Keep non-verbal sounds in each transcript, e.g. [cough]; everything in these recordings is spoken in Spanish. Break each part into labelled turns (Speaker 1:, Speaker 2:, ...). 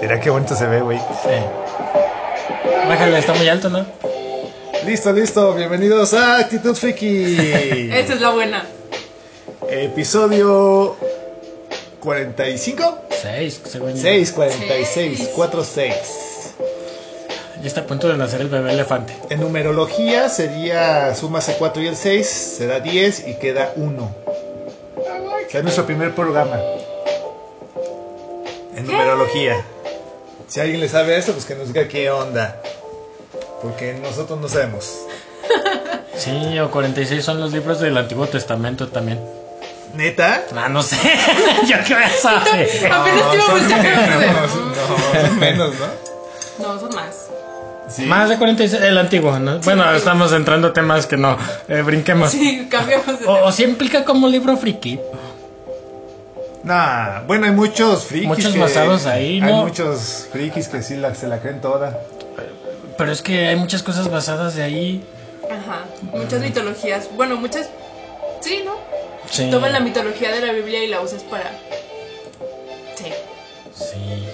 Speaker 1: Mira qué bonito se ve, güey.
Speaker 2: Bájale, está muy alto, ¿no?
Speaker 1: Listo, listo. Bienvenidos a Actitud [laughs] Friki.
Speaker 3: Esa es la buena.
Speaker 1: Episodio 45.
Speaker 2: 6, según yo.
Speaker 1: 6, 46,
Speaker 3: Seis.
Speaker 1: 4, 6.
Speaker 2: Ya está a punto de nacer el bebé elefante.
Speaker 1: En numerología sería, sumas el 4 y el 6, será 10 y queda 1. es nuestro primer programa. En numerología. Si alguien le sabe esto, pues que nos diga qué onda. Porque nosotros no sabemos.
Speaker 2: Sí, o 46 son los libros del Antiguo Testamento también.
Speaker 1: ¿Neta?
Speaker 2: Ah, no sé. [laughs] Yo qué voy a saber.
Speaker 3: Apenas te iba a
Speaker 1: son
Speaker 3: buscar.
Speaker 1: menos, no, son menos, ¿no?
Speaker 3: No, son más.
Speaker 1: Sí.
Speaker 2: Más de 46, el antiguo, ¿no? Bueno, estamos entrando a temas que no. eh, brinquemos.
Speaker 3: Sí, cambiamos de
Speaker 2: O,
Speaker 3: tema.
Speaker 2: o si implica como libro friki.
Speaker 1: Nah, bueno, hay muchos frikis.
Speaker 2: Muchos
Speaker 1: que-
Speaker 2: basados ahí,
Speaker 1: Hay
Speaker 2: ¿no?
Speaker 1: muchos frikis que sí la- se la creen toda.
Speaker 2: Pero es que hay muchas cosas basadas de ahí.
Speaker 3: Ajá. Muchas mitologías. Bueno, muchas. Sí, ¿no?
Speaker 2: Sí.
Speaker 3: Toman la mitología de la Biblia y la usas para. Sí.
Speaker 2: Sí.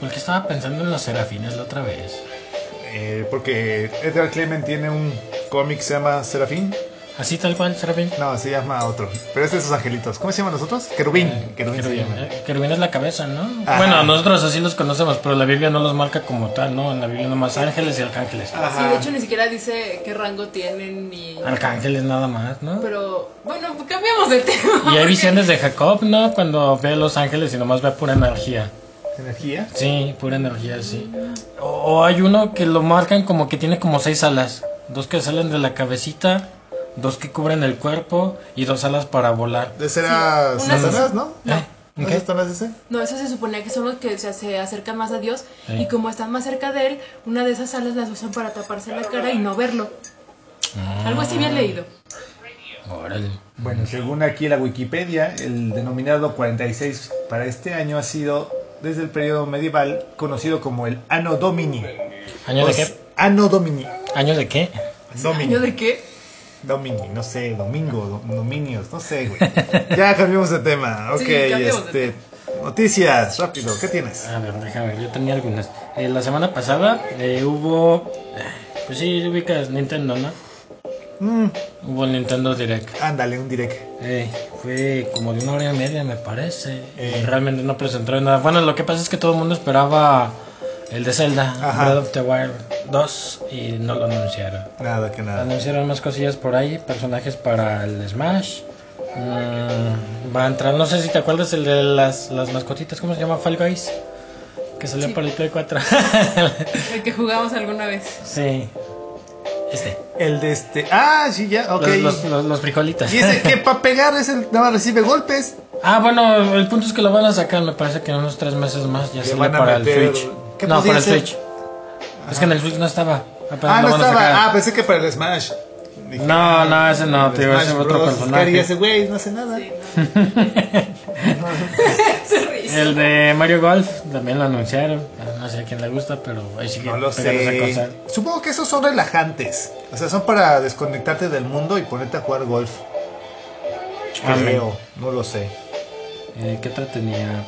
Speaker 2: Porque estaba pensando en los serafines la otra vez.
Speaker 1: Eh, porque Edgar Clement tiene un cómic que se llama Serafín.
Speaker 2: Así tal cual, serafín.
Speaker 1: No, se llama otro. Pero es de esos angelitos. ¿Cómo se llaman nosotros? Querubín. [laughs] Querubín se
Speaker 2: Querubín,
Speaker 1: llama.
Speaker 2: eh, querubín es la cabeza, ¿no?
Speaker 1: Ajá.
Speaker 2: Bueno, nosotros así los conocemos, pero la Biblia no los marca como tal, ¿no? En la Biblia nomás ángeles y arcángeles.
Speaker 3: Sí, de hecho ni siquiera dice qué rango tienen ni.
Speaker 2: Ah, Arcángeles nada más, ¿no?
Speaker 3: Pero. Bueno, pues cambiamos de tema.
Speaker 2: Y hay
Speaker 3: porque-
Speaker 2: visiones de Jacob, ¿no? Cuando ve a los ángeles y nomás ve pura energía.
Speaker 1: Energía.
Speaker 2: Sí, pura energía, sí. O, o hay uno que lo marcan como que tiene como seis alas. Dos que salen de la cabecita, dos que cubren el cuerpo y dos alas para volar.
Speaker 1: De ser a
Speaker 3: Sí, una-
Speaker 1: Satanás, ¿no?
Speaker 2: No.
Speaker 1: ¿No
Speaker 2: Ok.
Speaker 1: es Satanás ese?
Speaker 3: No, eso se suponía que son los que se, se acercan más a Dios.
Speaker 2: Sí.
Speaker 3: Y como están más cerca de Él, una de esas alas las usan para taparse la cara y no verlo.
Speaker 2: Ah.
Speaker 3: Algo así bien leído.
Speaker 2: Órale.
Speaker 1: Bueno, según aquí la Wikipedia, el denominado 46 para este año ha sido desde el periodo medieval conocido como el Anno Domini.
Speaker 2: ¿Año de
Speaker 1: Pues,
Speaker 2: qué?
Speaker 1: Anno Domini.
Speaker 2: ¿Año de qué?
Speaker 1: Domini.
Speaker 3: ¿Año de qué?
Speaker 1: Domini, no sé, domingo, do- dominios, no sé, güey. Ya cambiamos de tema. Ok,
Speaker 3: Sí, cambiamos de
Speaker 1: este. Noticias, rápido, ¿qué tienes?
Speaker 2: A ver, déjame ver, yo tenía algunas. Eh, la semana pasada eh, hubo. Pues sí, ubicas Nintendo, ¿no?
Speaker 1: Mm,
Speaker 2: Hubo el Nintendo Direct.
Speaker 1: ándale, un direct.
Speaker 2: Eh, fue como de una hora y media, me parece.
Speaker 1: Eh.
Speaker 2: Y Realmente no presentaron nada. Bueno, lo que pasa es que todo el mundo esperaba el de Zelda,
Speaker 1: Ajá.
Speaker 2: Breath of the Wild 2, y no lo anunciaron.
Speaker 1: Nada que nada.
Speaker 2: Anunciaron más cosillas por ahí, personajes para el Smash. Mm, va a entrar, no sé si te acuerdas el de las, las mascotitas, ¿cómo se llama? Fall Guys. Que salió para el Play
Speaker 1: [laughs]
Speaker 2: 4.
Speaker 3: El que jugamos alguna vez.
Speaker 2: sí. Este.
Speaker 1: El de este. Ah, sí, ya, ok.
Speaker 2: Los, los, los- los frijolitas.
Speaker 1: Y ese que para pegar es el nada más recibe golpes.
Speaker 2: [laughs] Ah, bueno, el punto es que lo van a sacar, me parece que en unos tres meses más ya
Speaker 1: Le
Speaker 2: sale
Speaker 1: van a
Speaker 2: para
Speaker 1: meter-
Speaker 2: el Switch.
Speaker 1: ¿Qué
Speaker 2: no,
Speaker 1: podía
Speaker 2: para el
Speaker 1: ser?
Speaker 2: Switch. Es que en el Switch no estaba. apenas
Speaker 1: Ah,
Speaker 2: lo
Speaker 1: no
Speaker 2: van a
Speaker 1: estaba. Ah,
Speaker 2: sacar.
Speaker 1: pensé que para el Smash. Dije,
Speaker 2: No,
Speaker 1: ah,
Speaker 2: no, ese no,
Speaker 1: el
Speaker 2: te iba a
Speaker 1: Smash
Speaker 2: ser otro
Speaker 1: Bros.
Speaker 2: personaje.
Speaker 1: ¿Qué haría ese güey? No hace nada.
Speaker 3: Se ríe.
Speaker 2: El de Mario Golf también lo anunciaron. No sé a quién le gusta, pero ahí sigue
Speaker 1: No lo
Speaker 2: pegando esa cosa.
Speaker 1: sé. Supongo que esos son relajantes. O sea, son para desconectarte del mundo y ponerte a jugar golf.
Speaker 2: Amén.
Speaker 1: Creo, no lo sé.
Speaker 2: Eh, ¿Qué otra tenía?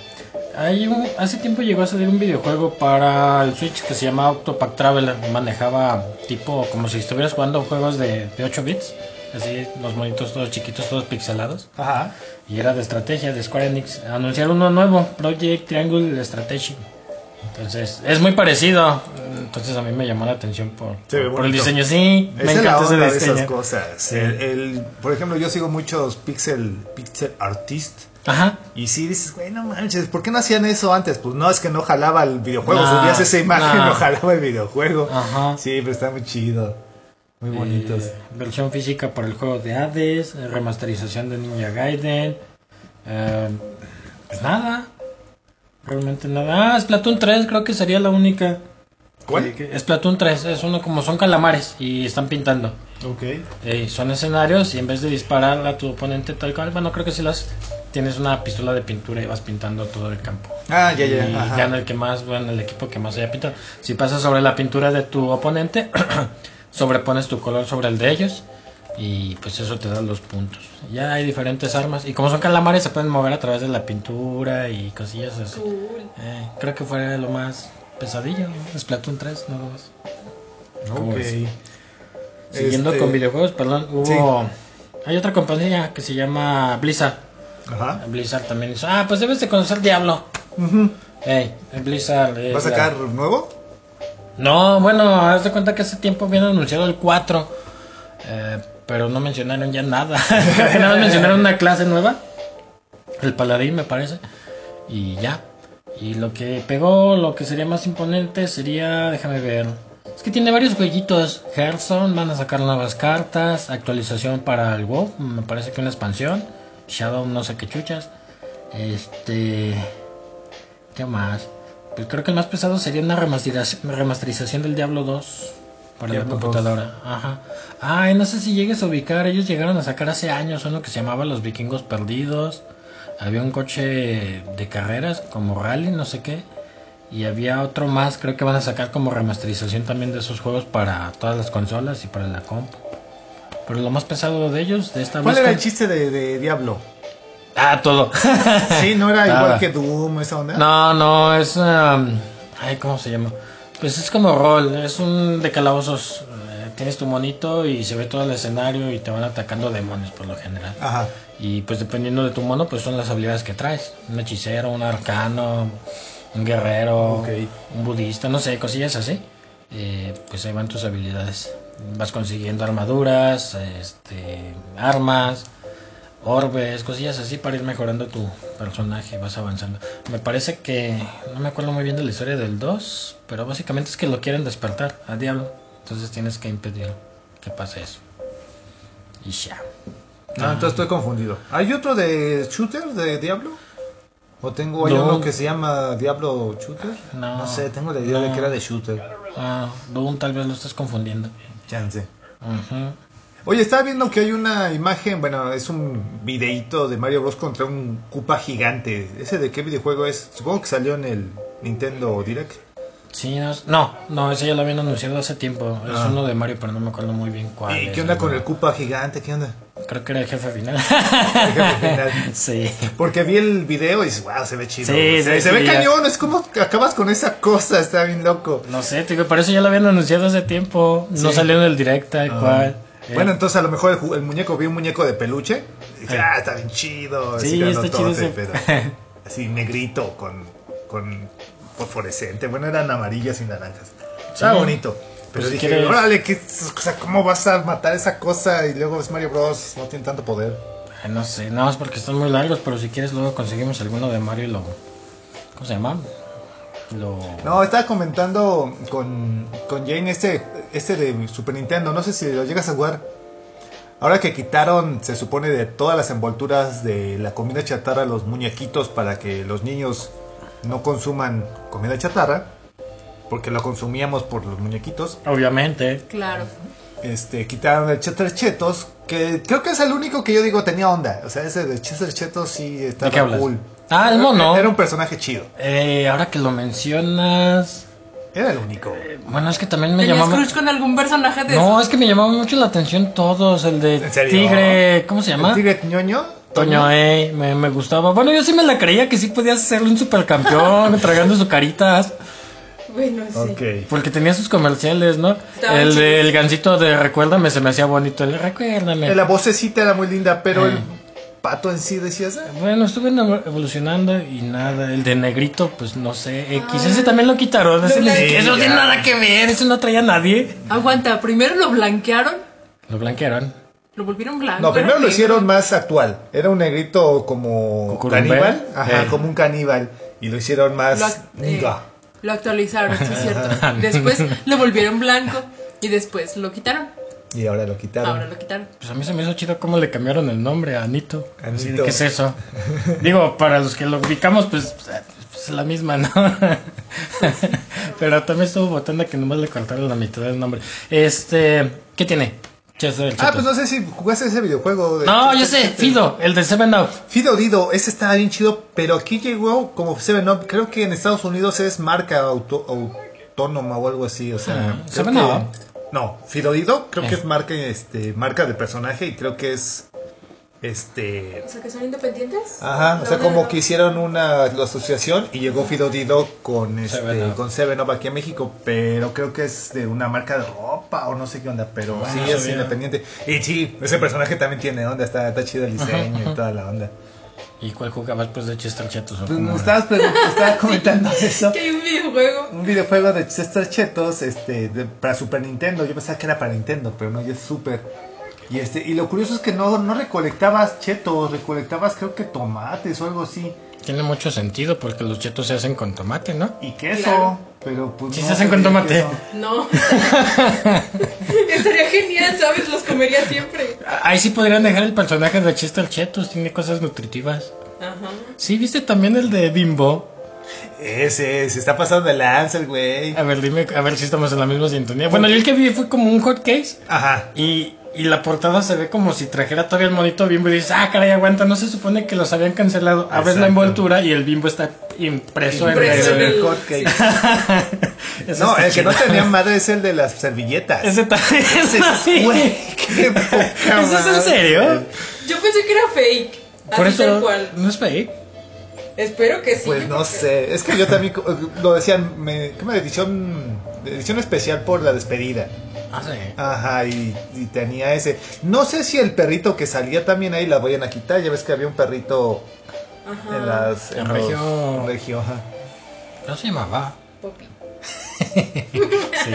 Speaker 2: Hay un- hace tiempo llegó a salir un videojuego para el Switch que se llama Octopack Traveler. Manejaba tipo como si estuvieras jugando juegos de, de 8 bits. Así, los monitos todos chiquitos, todos pixelados.
Speaker 1: Ajá.
Speaker 2: Y era de estrategia de Square Enix. Anunciaron uno nuevo, Project Triangle Strategy. Entonces, es muy parecido. Entonces a mí me llamó la atención por,
Speaker 1: Se ve
Speaker 2: por el
Speaker 1: bonito.
Speaker 2: diseño. Sí, me
Speaker 1: Esa es la
Speaker 2: encanta ese
Speaker 1: onda de
Speaker 2: diseño.
Speaker 1: esas cosas. El- el- por ejemplo, yo sigo muchos pixel, pixel artist.
Speaker 2: Ajá.
Speaker 1: Y si dices, güey, no manches, ¿por qué no hacían eso antes? Pues no, es que no jalaba el videojuego.
Speaker 2: Nah,
Speaker 1: Subías esa imagen,
Speaker 2: nah.
Speaker 1: no jalaba el videojuego.
Speaker 2: Ah, Ajá.
Speaker 1: Sí, pero está muy chido. Muy bonitos.
Speaker 2: Eh, versión física para el juego de Hades, eh, remasterización de Ninja Gaiden. eh, pues nada. Realmente nada. Ah, Splatoon 3 creo que sería la única.
Speaker 1: ¿Cuál?
Speaker 2: Eh, que- Splatoon 3 es uno como son calamares y están pintando.
Speaker 1: Ok.
Speaker 2: Eh, son escenarios y en vez de disparar a tu oponente tal cual, bueno, creo que si las tienes una pistola de pintura y vas pintando todo el campo.
Speaker 1: Ah, ya, ya.
Speaker 2: Y
Speaker 1: ajá.
Speaker 2: gana el que más, bueno, el equipo que más haya pintado. [clears throat] Si pasas sobre la pintura de tu oponente, sobrepones tu color sobre el de ellos. Y pues eso te da los puntos. Ya hay diferentes armas. Y como son calamares, se pueden mover a través de la pintura y cosillas así.
Speaker 3: Cool.
Speaker 2: Eh, creo que fue lo más pesadillo. ¿no? Splatoon 3, no lo más. ¿Cómo
Speaker 1: Ok.
Speaker 2: ves? Siguiendo
Speaker 1: Este,
Speaker 2: con videojuegos, perdón, hubo. Hay otra compañía que se llama Blizzard.
Speaker 1: Ajá.
Speaker 2: Blizzard también hizo. Ah, pues debes de conocer Diablo. Ey, Blizzard. es
Speaker 1: ¿Va a
Speaker 2: Eh, la-
Speaker 1: sacar nuevo?
Speaker 2: No, bueno, haz de cuenta que hace tiempo habían anunciado el 4. eh, pero no mencionaron ya nada. [laughs] Nada más mencionaron una clase nueva. El paladín, me parece. Y ya. Y lo que pegó, lo que sería más imponente sería. Déjame ver. Es que tiene varios jueguitos. Hearthstone, van a sacar nuevas cartas. Actualización para el WoW. Me parece que una expansión. Shadow, no sé qué chuchas. Este. ¿Qué más? Pues creo que el más pesado sería una remasterización, remasterización del Diablo 2 para
Speaker 1: Diablo
Speaker 2: la
Speaker 1: 2.
Speaker 2: computadora. Ajá. Ay, no sé si llegues a ubicar. Ellos llegaron a sacar hace años uno que se llamaba Los Vikingos Perdidos. Había un coche de carreras como rally, no sé qué. Y había otro más, creo que van a sacar como remasterización también de esos juegos para todas las consolas y para la compu. Pero lo más pesado de ellos, de esta
Speaker 1: ¿Cuál
Speaker 2: vez...
Speaker 1: era el
Speaker 2: con-
Speaker 1: chiste de, de
Speaker 2: [laughs]
Speaker 1: Diablo?
Speaker 2: Ah,
Speaker 1: [laughs]
Speaker 2: todo.
Speaker 1: Sí, no era
Speaker 2: Nada.
Speaker 1: igual que Doom, esa onda.
Speaker 2: No, no, es. am, ay, ¿cómo se llama? Pues es como rol, es un de calabozos. Eh, tienes tu monito y se ve todo el escenario y te van atacando demonios por lo general.
Speaker 1: Ajá.
Speaker 2: Y pues dependiendo de tu mono, pues son las habilidades que traes. Un hechicero, un arcano, un guerrero,
Speaker 1: Ok.
Speaker 2: un budista, no sé, cosillas así. Eh, pues ahí van tus habilidades. Vas consiguiendo armaduras, este, armas, orbes, cosillas así para ir mejorando tu personaje, vas avanzando. Me parece que, no me acuerdo muy bien de la historia del 2, pero básicamente es que lo quieren despertar a diablo. Entonces tienes que impedir que pase eso. Y ya.
Speaker 1: No, entonces estoy confundido. ¿Hay otro de shooter de Diablo? ¿O tengo hay
Speaker 2: No.
Speaker 1: uno que se llama Diablo Shooter?
Speaker 2: No.
Speaker 1: sé, tengo la idea de que era de shooter.
Speaker 2: Ah, Doom tal vez lo estás confundiendo.
Speaker 1: Chance.
Speaker 2: Ujú.
Speaker 1: Oye, estaba viendo que hay una imagen, bueno, es un videíto de Mario Bros contra un Koopa gigante. ¿Ese de qué videojuego es? Supongo que salió en el Nintendo Direct.
Speaker 2: Sí, no, es- no, no, ese ya lo habían anunciado hace tiempo. Es
Speaker 1: Ah.
Speaker 2: uno de Mario, pero no me acuerdo muy bien cuál.
Speaker 1: ¿Y
Speaker 2: es,
Speaker 1: qué onda con
Speaker 2: ¿no?
Speaker 1: el Koopa gigante? ¿Qué onda? [laughs]
Speaker 2: Creo que era el jefe final.
Speaker 1: jefe final.
Speaker 2: [laughs] sí.
Speaker 1: Porque vi el video y dices, wow, se ve chido.
Speaker 2: Sí,
Speaker 1: se,
Speaker 2: se ve
Speaker 1: se ve
Speaker 2: chido.
Speaker 1: cañón, es como que acabas con esa cosa, está bien loco.
Speaker 2: No sé, te digo, pero eso ya lo habían anunciado hace tiempo. No
Speaker 1: Sí. Ah.
Speaker 2: salió en el directa, cuál. Eh,
Speaker 1: Bueno, entonces a lo mejor el, ju- el muñeco vi un muñeco de peluche. Y dije,
Speaker 2: Eh.
Speaker 1: ah, está bien chido.
Speaker 2: Sí, está chido
Speaker 1: grandotote,
Speaker 2: ese. [laughs]
Speaker 1: pero así negrito con, con fosforescente. Bueno, eran amarillas y naranjas. Estaba
Speaker 2: Sí.
Speaker 1: bonito. Pero
Speaker 2: Pues si
Speaker 1: dije,
Speaker 2: quieres-
Speaker 1: órale, ¿qué, o sea, ¿cómo vas a matar esa cosa? Y luego es Mario Bros. No tiene tanto poder.
Speaker 2: ay, eh, no sé, nada más porque están muy largos, pero si quieres luego conseguimos alguno de Mario y lo... ¿Cómo se llama? Lo...
Speaker 1: No, estaba comentando con, con Jane este, este de Super Nintendo. No sé si lo llegas a jugar. Ahora que quitaron, se supone, de todas las envolturas de la comida chatarra los muñequitos para que los niños no consuman comida chatarra, porque lo consumíamos por los muñequitos.
Speaker 2: Obviamente.
Speaker 3: Claro.
Speaker 1: Este, quitaron el Chester Chetos, que creo que es el único que yo digo tenía onda. O sea, ese de Chester Chetos sí
Speaker 2: ¿De qué
Speaker 1: estaba
Speaker 2: hablas?
Speaker 1: cool.
Speaker 2: Ah, el mono.
Speaker 1: Era un personaje chido.
Speaker 2: Eh, ahora que lo mencionas...
Speaker 1: Era el único.
Speaker 2: Bueno, es que también me
Speaker 3: ¿Tenías
Speaker 2: llamaba...
Speaker 3: crush con algún personaje de
Speaker 2: No, es que me llamaba mucho la atención todos. El de
Speaker 1: ¿En serio?
Speaker 2: Tigre, ¿cómo se llama?
Speaker 1: ¿El tigre ñoño?
Speaker 2: Toño, eh, me, me gustaba. Bueno, yo sí me la creía que sí podía ser un
Speaker 1: [laughs]
Speaker 2: supercampeón tragando sus caritas.
Speaker 3: esos? Bueno, sí.
Speaker 1: Ok.
Speaker 2: Porque tenía sus comerciales, ¿no?
Speaker 3: Estaban
Speaker 2: el
Speaker 3: chidos.
Speaker 2: del gancito de Recuérdame se me hacía bonito. El Recuérdame.
Speaker 1: La vocecita era muy linda, pero el
Speaker 2: Eh.
Speaker 1: pato en sí decías. "Ah".
Speaker 2: Bueno, estuve enam- evolucionando y nada. El de negrito, pues no sé. X. Ese también lo quitaron. Ese
Speaker 3: Lo
Speaker 2: ni
Speaker 3: blanquearon.
Speaker 2: siquiera- eso no tiene
Speaker 1: ya.
Speaker 2: nada que ver. Eso no traía a nadie.
Speaker 3: Aguanta, primero lo blanquearon,
Speaker 2: Lo blanquearon.
Speaker 3: lo volvieron blanco.
Speaker 1: No, primero
Speaker 3: Ah, era
Speaker 1: lo
Speaker 3: negro.
Speaker 1: hicieron más actual. Era un negrito como
Speaker 2: Cucurumbel.
Speaker 1: caníbal. Ajá,
Speaker 2: Eh.
Speaker 1: como un caníbal. Y lo hicieron
Speaker 3: Lo,
Speaker 1: más.
Speaker 3: ac- eh,
Speaker 1: ñuga.
Speaker 3: lo actualizaron, sí es
Speaker 2: [laughs]
Speaker 3: cierto. Después lo volvieron blanco y después lo quitaron.
Speaker 1: Y ahora lo quitaron.
Speaker 3: Ahora lo quitaron.
Speaker 2: Pues a mí se me hizo chido cómo le cambiaron el nombre a Anito.
Speaker 1: Anito.
Speaker 2: Así de, ¿Qué es eso? Digo, para los que lo ubicamos, pues es la misma, ¿no? [laughs] Pero también estuvo botando que nomás le cortaron la mitad del nombre. Este, ¿qué tiene? Chester, el
Speaker 1: Ah,
Speaker 2: Chetos.
Speaker 1: pues no sé si jugaste ese videojuego. de-
Speaker 2: No, yo sé, Fido, el de Seven Up.
Speaker 1: Fido Dido, ese estaba bien chido, pero aquí llegó como Seven Up. Creo que en Estados Unidos es marca auto- autónoma o algo así. O sea,
Speaker 2: Ah,
Speaker 1: creo
Speaker 2: Seven
Speaker 1: que-
Speaker 2: Up.
Speaker 1: No, Fidorido creo
Speaker 2: Eh.
Speaker 1: que es marca, este, marca de personaje y creo que es. Este.
Speaker 3: O sea, que son independientes.
Speaker 1: Ajá,
Speaker 3: La
Speaker 1: o sea,
Speaker 3: una de
Speaker 1: como
Speaker 3: la-
Speaker 1: que hicieron una la asociación y llegó Fidodido con este
Speaker 2: Seven Up.
Speaker 1: con Seven Up aquí a México, pero creo que es de una marca de ropa o no sé qué onda, pero
Speaker 2: Ah,
Speaker 1: sí
Speaker 2: no
Speaker 1: es
Speaker 2: sabía.
Speaker 1: independiente. Y sí, ese personaje también tiene onda, está, está chido el diseño y toda la onda.
Speaker 2: ¿Y cuál jugabas pues de Chester Chetos? o
Speaker 1: Pues
Speaker 2: cómo
Speaker 1: me
Speaker 2: era?
Speaker 1: estabas, pregun- me estabas comentando eso.
Speaker 3: Que hay un videojuego.
Speaker 1: Un videojuego de Chester Chetos este, de- para Super Nintendo. Yo pensaba que era para Nintendo, pero no, ya es Super. Y, este, y lo curioso es que no, no recolectabas chetos, recolectabas creo que tomates o algo así.
Speaker 2: Tiene mucho sentido porque los chetos se hacen con tomate, ¿no?
Speaker 1: Y queso,
Speaker 3: Claro.
Speaker 1: pero pues
Speaker 2: Sí, se hacen con
Speaker 1: tenía
Speaker 2: tomate.
Speaker 1: queso.
Speaker 2: [laughs]
Speaker 3: No. Estaría genial, ¿sabes? Los comería siempre.
Speaker 2: A- Ahí sí podrían dejar el personaje de Chester Chetos, tiene cosas nutritivas.
Speaker 3: Ajá.
Speaker 2: Sí, viste también el de Bimbo.
Speaker 1: Ese, se está pasando el lanza el güey.
Speaker 2: A ver, dime, a ver si estamos en la misma sintonía. Bueno, yo el que vi fue como un hot case
Speaker 1: Ajá.
Speaker 2: y, y la portada se ve como si trajera todavía el monito Bimbo y dices, ah, caray, aguanta, no se supone que los habían cancelado. A ver
Speaker 1: Exacto.
Speaker 2: la envoltura y el Bimbo está impreso,
Speaker 3: Impreso
Speaker 2: en
Speaker 3: en
Speaker 2: el... [laughs]
Speaker 3: el-
Speaker 1: hotcake.
Speaker 2: Eso
Speaker 1: No,
Speaker 2: está
Speaker 1: el que no
Speaker 2: chido.
Speaker 1: tenía madre es el de las servilletas.
Speaker 2: [laughs] Ese también
Speaker 1: Ese es- güey, qué poca
Speaker 2: ¿Eso es en
Speaker 1: madre.
Speaker 2: serio?
Speaker 3: Yo pensé que era fake. Así
Speaker 2: Por eso
Speaker 3: tal cual.
Speaker 2: no es fake.
Speaker 3: Espero que sí.
Speaker 1: Pues no sé, es que yo también co- lo decían, me, ¿qué me edición, edición especial por la despedida.
Speaker 2: Ah, sí.
Speaker 1: Ajá, y, y tenía ese. No sé si el perrito que salía también ahí la vayan a quitar, ya ves que había un perrito
Speaker 3: Ajá.
Speaker 1: en las
Speaker 2: En
Speaker 1: los-
Speaker 2: Regio.
Speaker 1: en Regio, ajá.
Speaker 2: No se llamaba.
Speaker 3: Poppy.
Speaker 2: Sí.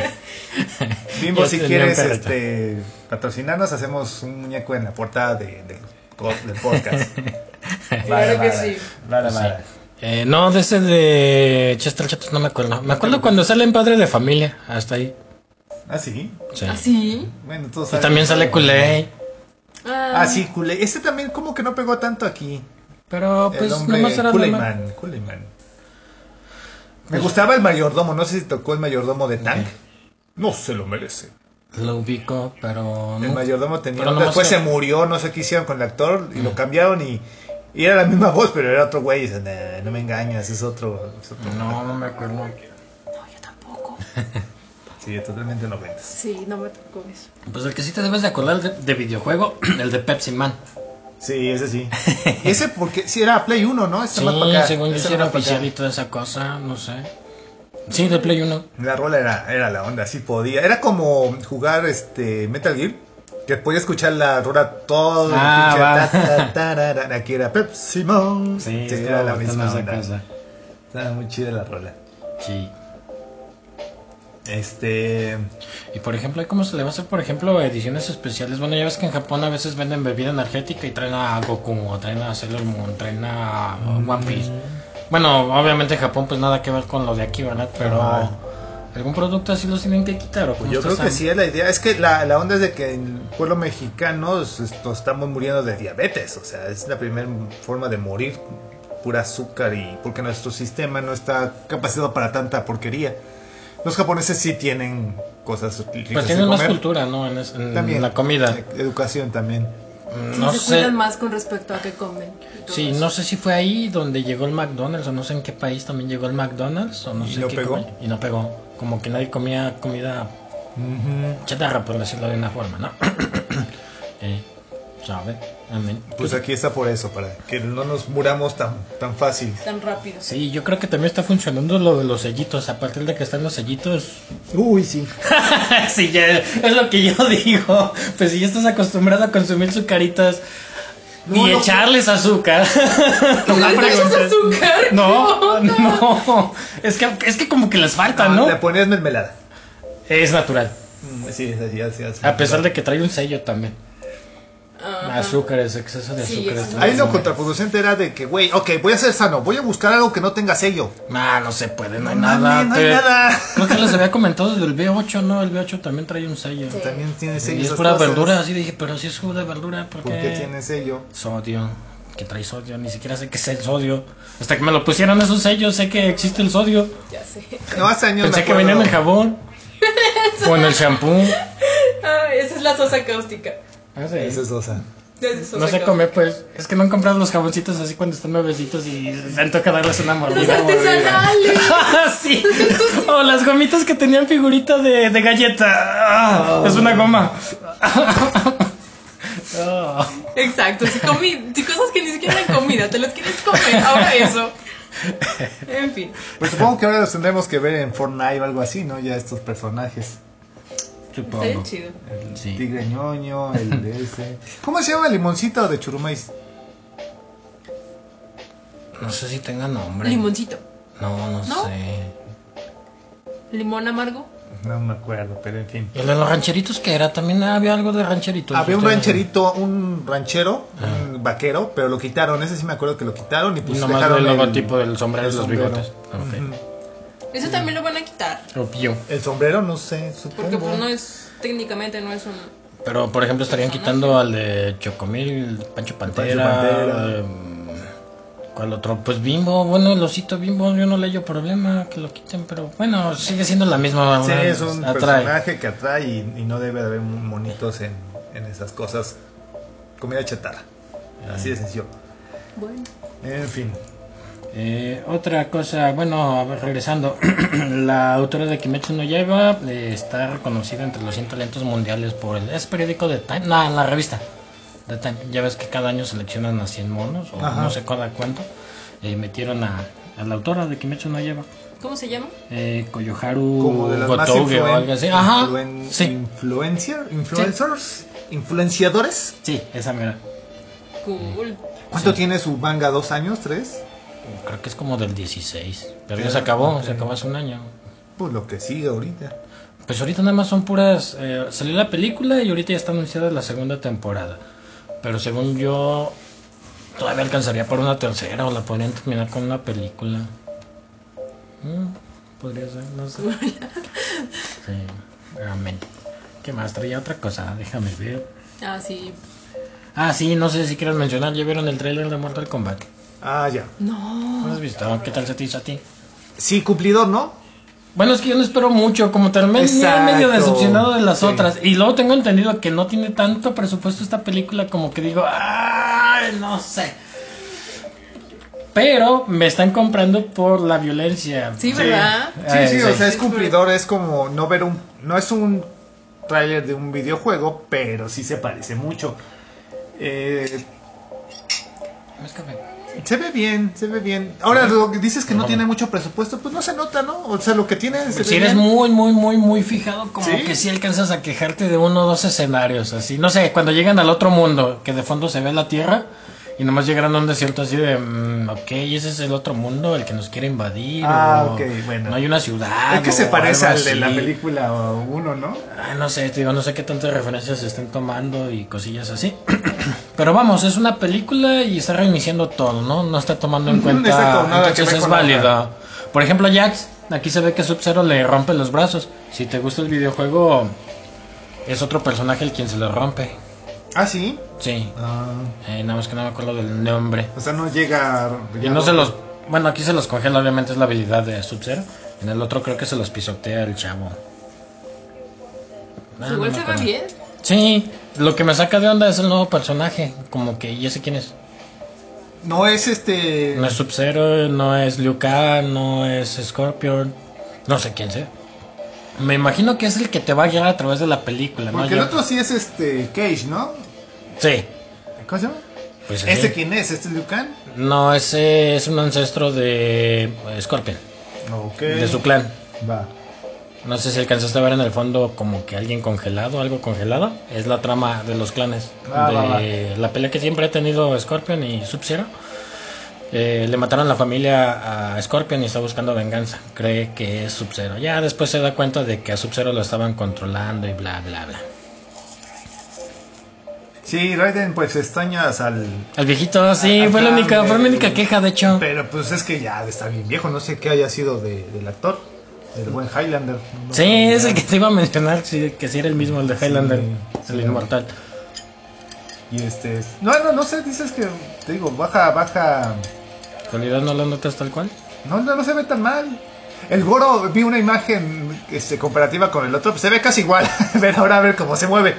Speaker 1: Bimbo,
Speaker 2: Ya
Speaker 1: si
Speaker 2: tenía
Speaker 1: quieres
Speaker 2: un perrito.
Speaker 1: este, patrocinarnos, hacemos un muñeco en la portada de, del co- del
Speaker 2: [laughs]
Speaker 1: podcast.
Speaker 3: Claro que sí.
Speaker 1: Vara,
Speaker 2: Sí.
Speaker 1: vara.
Speaker 2: Eh, no, de ese de Chester Chetos no me acuerdo. Me acuerdo cuando sale en Padre de Familia, hasta ahí.
Speaker 1: Ah, sí.
Speaker 2: Sí.
Speaker 3: ¿Ah, sí?
Speaker 1: Bueno, todos
Speaker 2: Y
Speaker 1: saben.
Speaker 2: también sale Culey.
Speaker 1: Ah, sí, culé. Este también como que no pegó tanto aquí.
Speaker 2: Pero
Speaker 1: el
Speaker 2: pues
Speaker 1: hombre
Speaker 2: nomás era normal.
Speaker 1: Culeyman, Culeyman. Me gustaba el mayordomo, no sé si tocó el mayordomo de Tank. No se lo merece.
Speaker 2: Lo ubico, pero
Speaker 1: El
Speaker 2: no.
Speaker 1: mayordomo tenía.
Speaker 2: Pero nomás
Speaker 1: después
Speaker 2: era- Mm.
Speaker 1: se murió, no sé qué hicieron con el actor y lo cambiaron y, y era la misma voz, pero era otro güey. Y dice, "Nah, no me engañas, es otro. es otro".
Speaker 2: No, no me acuerdo.
Speaker 3: No, yo tampoco.
Speaker 1: Sí, totalmente no vendes.
Speaker 3: Sí, no me tocó eso.
Speaker 2: Pues el que sí te debes de acordar de, de videojuego, [clears throat] el de Pepsi Man.
Speaker 1: Sí, ese sí. [laughs] ese porque sí era Play 1, ¿no? Está
Speaker 2: Sí,
Speaker 1: más para acá.
Speaker 2: según yo
Speaker 1: Ese
Speaker 2: sí era
Speaker 1: más para acá.
Speaker 2: oficial y toda esa cosa, no sé. Sí, de Play 1.
Speaker 1: La rola era, era la onda, sí podía. Era como jugar este Metal Gear, que podía escuchar la rola todo el
Speaker 2: Ah,
Speaker 1: pinche
Speaker 2: va.
Speaker 1: ta, ta, tarara. Aquí era Pepsi Mon.
Speaker 2: Sí,
Speaker 1: Sí,
Speaker 2: estuvo
Speaker 1: era la
Speaker 2: bastante
Speaker 1: misma
Speaker 2: esa
Speaker 1: onda.
Speaker 2: cosa.
Speaker 1: Estaba muy chida la rola.
Speaker 2: Sí.
Speaker 1: Este.
Speaker 2: Y por ejemplo, ¿y ¿cómo se le va a hacer, por ejemplo, ediciones especiales? Bueno, ya ves que en Japón a veces venden bebida energética y traen a Goku, o traen a Sailor Moon, traen a
Speaker 1: Mm.
Speaker 2: One Piece. Bueno, obviamente en Japón pues nada que ver con lo de aquí, ¿verdad? Pero
Speaker 1: Ajá.
Speaker 2: algún producto así los tienen que quitar o cómo
Speaker 1: Yo creo
Speaker 2: estás,
Speaker 1: que
Speaker 2: Sam?
Speaker 1: sí es la idea. Es que la, la onda es de que el pueblo mexicano es- esto, estamos muriendo de diabetes. O sea, es la primera forma de morir. Pura azúcar y porque nuestro sistema no está capacitado para tanta porquería. Los japoneses sí tienen cosas ricas
Speaker 2: Pues
Speaker 1: de
Speaker 2: tienen más
Speaker 1: comer.
Speaker 2: cultura, ¿no? En, es- en
Speaker 1: También.
Speaker 2: la comida.
Speaker 1: E- Educación también. Pues
Speaker 2: Mm,
Speaker 3: Sí,
Speaker 2: no
Speaker 3: se
Speaker 2: sé.
Speaker 3: cuidan más con respecto a qué comen. y todo
Speaker 2: Sí,
Speaker 3: eso.
Speaker 2: no sé si fue ahí donde llegó el McDonald's o no sé en qué país también llegó el McDonald's o no
Speaker 1: ¿Y
Speaker 2: sé
Speaker 1: no
Speaker 2: qué
Speaker 1: pegó?
Speaker 2: comi- y no pegó. Como que nadie comía comida chatarra, por decirlo de una forma, ¿no? [coughs] eh, ¿Sabe? I mean,
Speaker 1: Pues
Speaker 2: tú-
Speaker 1: aquí está por eso, para que no nos muramos tan, tan fácil.
Speaker 3: Tan rápido.
Speaker 2: Sí, yo creo que también está funcionando lo de los sellitos. A partir de que están los sellitos.
Speaker 1: Uy, sí.
Speaker 2: [laughs] sí, ya, es lo que yo [laughs] digo. Pues si ya estás acostumbrado a consumir sucaritas
Speaker 1: No,
Speaker 2: y
Speaker 1: no,
Speaker 2: echarles
Speaker 3: [laughs]
Speaker 2: azúcar.
Speaker 3: ¿No
Speaker 2: No
Speaker 3: les echas
Speaker 2: preguntes.
Speaker 3: azúcar?
Speaker 2: No,
Speaker 3: ¿Qué onda? Ah,
Speaker 2: no. Es que, es que como que les falta, Ah, ¿no?
Speaker 1: Ah, Le ponías mermelada.
Speaker 2: Es natural.
Speaker 1: Mm, Sí, sí, sí, sí, sí.
Speaker 2: A pesar de que trae un sello también.
Speaker 3: Ajá.
Speaker 2: Azúcares, exceso de
Speaker 3: Sí,
Speaker 2: azúcares.
Speaker 3: exacto.
Speaker 1: Ahí lo contraproducente era de que, güey, ok, voy a ser sano, voy a buscar algo que no tenga sello.
Speaker 2: Ah, no se puede, no hay
Speaker 1: No
Speaker 2: nada.
Speaker 1: mames, no hay
Speaker 2: te-
Speaker 1: nada.
Speaker 2: Creo que les había comentado del B8, ¿no? El B8 también trae un sello.
Speaker 3: Sí.
Speaker 1: También tiene sello.
Speaker 2: Y es
Speaker 1: esas
Speaker 2: pura
Speaker 1: cosas.
Speaker 2: verdura, así dije, pero si es jugo de verdura, ¿por qué?
Speaker 1: ¿Por qué
Speaker 3: Eh.
Speaker 1: tiene sello?
Speaker 2: Sodio, que trae sodio, ni siquiera sé qué es el sodio. Hasta que me lo pusieron esos sellos, sé que existe el sodio.
Speaker 3: Ya sé. [laughs]
Speaker 1: No, hace años
Speaker 2: Pensé
Speaker 1: me
Speaker 2: que venía en el
Speaker 1: acuerdo.
Speaker 2: jabón. o en el shampoo.
Speaker 3: Ah, esa es la sosa cáustica.
Speaker 2: Ah, sí.
Speaker 1: Esa es osa.
Speaker 3: Desde su
Speaker 2: No sé
Speaker 3: sector.
Speaker 2: comer, pues. Es que no han comprado los jaboncitos así cuando están bebecitos y se toca darles una
Speaker 3: Los
Speaker 2: mordida.
Speaker 3: artesanales.
Speaker 2: Ah, [laughs] sí. O las gomitas que tenían figurita de, de galleta. Ah, Es una goma. Ah.
Speaker 3: Exacto, si, comi si cosas que ni siquiera eran comida, te las quieres comer, ahora eso. En fin.
Speaker 1: Pues supongo que ahora los tendremos que ver en Fortnite o algo así, ¿no? Ya estos personajes.
Speaker 3: Está
Speaker 2: Supongo.
Speaker 3: chido.
Speaker 1: El
Speaker 2: Sí.
Speaker 1: tigre ñoño, el de ese. ¿Cómo se llama el limoncito de Churumais?
Speaker 2: No sé si tenga nombre.
Speaker 3: Limoncito.
Speaker 2: No, no,
Speaker 3: ¿No?
Speaker 2: sé.
Speaker 3: Limón amargo.
Speaker 1: No me acuerdo, pero en fin.
Speaker 2: El de los rancheritos que era, también había algo de rancheritos.
Speaker 1: Había un
Speaker 2: Ustedes-
Speaker 1: rancherito, un ranchero, un vaquero, pero lo quitaron. Ese sí me acuerdo que lo quitaron y
Speaker 2: Y
Speaker 1: pues
Speaker 2: nomás
Speaker 1: dejaron
Speaker 2: el logotipo del sombrero y
Speaker 1: el
Speaker 2: los
Speaker 1: sombrero.
Speaker 2: bigotes. Ah, Ok.
Speaker 3: Eso también lo van a quitar.
Speaker 2: Obvio.
Speaker 1: El sombrero, no sé,
Speaker 3: Porque
Speaker 1: supongo.
Speaker 3: pues no es, técnicamente no es un...
Speaker 2: Pero, por ejemplo, estarían quitando al de Chocomil, Pancho Pantera.
Speaker 1: Pantera.
Speaker 2: em, ¿Cuál otro? Pues Bimbo. Bueno, el osito Bimbo, yo no le hallo problema que lo quiten, pero bueno, sigue siendo la misma.
Speaker 1: Sí,
Speaker 2: una-
Speaker 1: es un
Speaker 2: atrae.
Speaker 1: personaje que atrae y, y no debe de haber monitos en, en esas cosas. Comida chatarra. Así de sencillo.
Speaker 3: Bueno.
Speaker 1: En fin.
Speaker 2: Eh, otra cosa, bueno, a ver, regresando, [clears throat] la autora de Kimetsu no Yaiba eh, está reconocida entre los 100 talentos mundiales por el... ¿Es periódico de Time? No, la revista de Time. Ya ves que cada año seleccionan a 100 monos, o
Speaker 1: Ajá.
Speaker 2: no sé cada cuánto. eh, metieron a, a la autora de Kimetsu no Yaiba,
Speaker 3: ¿Cómo se llama?
Speaker 2: eh, Koyoharu
Speaker 1: Como de las más
Speaker 2: Gotouge o
Speaker 1: influen-
Speaker 2: algo así. Ajá,
Speaker 1: influen-
Speaker 2: sí,
Speaker 1: influencer, influencers, influenciadores.
Speaker 2: sí, esa mera.
Speaker 3: Cool.
Speaker 1: ¿Cuánto tiene su manga? ¿Dos años? ¿Tres?
Speaker 2: Creo que es como del 16, pero ya
Speaker 1: Sí,
Speaker 2: se acabó,
Speaker 1: ok.
Speaker 2: se acabó hace un año.
Speaker 1: Pues lo que sigue ahorita.
Speaker 2: Pues ahorita nada más son puras. eh, salió la película y ahorita ya está anunciada la segunda temporada. Pero según yo, todavía alcanzaría para una tercera o la podrían terminar con una película. Mm, podría ser, no sé. Sí, realmente. ¿Qué más? Traía otra cosa, déjame ver.
Speaker 3: Ah, sí.
Speaker 2: Ah, sí, no sé si quieres mencionar. ¿Ya vieron el tráiler de Mortal Kombat?
Speaker 1: Ah, ya.
Speaker 3: No.
Speaker 2: ¿No has visto? ¿Qué tal se te hizo a ti?
Speaker 1: Sí, cumplidor, ¿no?
Speaker 2: Bueno, es que yo no espero mucho, como también venía medio
Speaker 1: Exacto.
Speaker 2: decepcionado de las
Speaker 1: Sí.
Speaker 2: otras. Y luego tengo entendido que no tiene tanto presupuesto esta película como que digo, ay, no sé. Pero me están comprando por la violencia.
Speaker 3: Sí, ¿verdad?
Speaker 1: Sí, sí,
Speaker 2: Eh,
Speaker 1: o
Speaker 2: sí.
Speaker 1: sea, es cumplidor, es como no ver un... No es un tráiler de un videojuego, pero sí se parece mucho. Eh,
Speaker 2: Más café.
Speaker 1: se ve bien, se ve bien. Ahora, lo que dices que no tiene mucho presupuesto, pues no se nota, ¿no? O sea, lo que tiene... Se
Speaker 2: Si
Speaker 1: ve
Speaker 2: Pues eres
Speaker 1: bien.
Speaker 2: muy, muy, muy, muy fijado, como
Speaker 1: Sí.
Speaker 2: que sí alcanzas a quejarte de uno o dos escenarios, así. No sé, cuando llegan al otro mundo, que de fondo se ve la Tierra, y nomás llegaron a un desierto así de, mm, ok, ese es el otro mundo, el que nos quiere invadir.
Speaker 1: Ah,
Speaker 2: o
Speaker 1: ok, bueno.
Speaker 2: No hay una ciudad.
Speaker 1: Es que se
Speaker 2: o
Speaker 1: parece
Speaker 2: algo
Speaker 1: al de la
Speaker 2: así.
Speaker 1: película o uno, ¿no?
Speaker 2: Ah, no sé, te digo, no sé qué tantas referencias se estén tomando y cosillas así. [clears throat] Pero vamos, es una película y está reiniciando todo, ¿no? No está tomando
Speaker 1: [laughs]
Speaker 2: en
Speaker 1: Ujú,
Speaker 2: cuenta.
Speaker 1: exacto, nada que
Speaker 2: entonces
Speaker 1: ver
Speaker 2: es
Speaker 1: con la
Speaker 2: válido.
Speaker 1: otra.
Speaker 2: Por ejemplo, Jax, aquí se ve que Sub-Zero le rompe los brazos. Si te gusta el videojuego, es otro personaje el quien se lo rompe.
Speaker 1: Ah, sí.
Speaker 2: Sí,
Speaker 1: Ah,
Speaker 2: eh, nada más que no me acuerdo del nombre.
Speaker 1: o sea, no llega...
Speaker 2: Y no se los. Bueno, aquí se los congela, obviamente es la habilidad de Sub-Zero. En el otro creo que se los pisotea el chavo. Ah, no
Speaker 3: Pues
Speaker 2: me
Speaker 3: Igual se ve
Speaker 2: acuerdo.
Speaker 3: bien.
Speaker 2: Sí, lo que me saca de onda es el nuevo personaje. Como que ya sé quién es.
Speaker 1: No es este...
Speaker 2: No es Sub-Zero, no es Liu Kang, no es Scorpion. No sé quién sea. Me imagino que es el que te va a guiar a través de la película, ¿no?
Speaker 1: Porque el
Speaker 2: Yo-
Speaker 1: otro sí es este Cage, ¿no?
Speaker 2: Sí.
Speaker 1: ¿Cómo se llama?
Speaker 2: Pues así.
Speaker 1: ¿Este quién es? ¿Este es Liu Kang?
Speaker 2: No, ese es un ancestro de eh, Scorpion,
Speaker 1: Ok.
Speaker 2: de su clan.
Speaker 1: Va.
Speaker 2: No sé si alcanzaste a ver en el fondo como que alguien congelado, algo congelado. Es la trama de los clanes.
Speaker 1: Ah,
Speaker 2: de
Speaker 1: va, va.
Speaker 2: la pelea que siempre ha tenido Scorpion y Sub-Zero. Eh, le mataron la familia a Scorpion y está buscando venganza. Cree que es Sub-Zero. Ya después se da cuenta de que a Sub-Zero lo estaban controlando y bla, bla, bla.
Speaker 1: Sí, Raiden, pues extrañas al...
Speaker 2: El viejito, sí,
Speaker 1: al
Speaker 2: fue la,
Speaker 1: clan
Speaker 2: única, fue la
Speaker 1: de-
Speaker 2: única queja, de hecho.
Speaker 1: Pero pues es que ya está bien viejo, no sé qué haya sido de- del actor, del buen Highlander. No
Speaker 2: Sí,
Speaker 1: sé,
Speaker 2: es
Speaker 1: ya.
Speaker 2: el que te iba a mencionar, sí, que sí era el mismo, el de Highlander,
Speaker 1: sí,
Speaker 2: el
Speaker 1: sí.
Speaker 2: inmortal.
Speaker 1: Y este... es- No, no, no sé, dices que... Te digo, baja, baja...
Speaker 2: En realidad no lo notas tal cual.
Speaker 1: No, no, no se ve tan mal. El Goro, [laughs] vi una imagen este, comparativa con el otro, pues se ve casi igual. Pero ahora a ver cómo se mueve.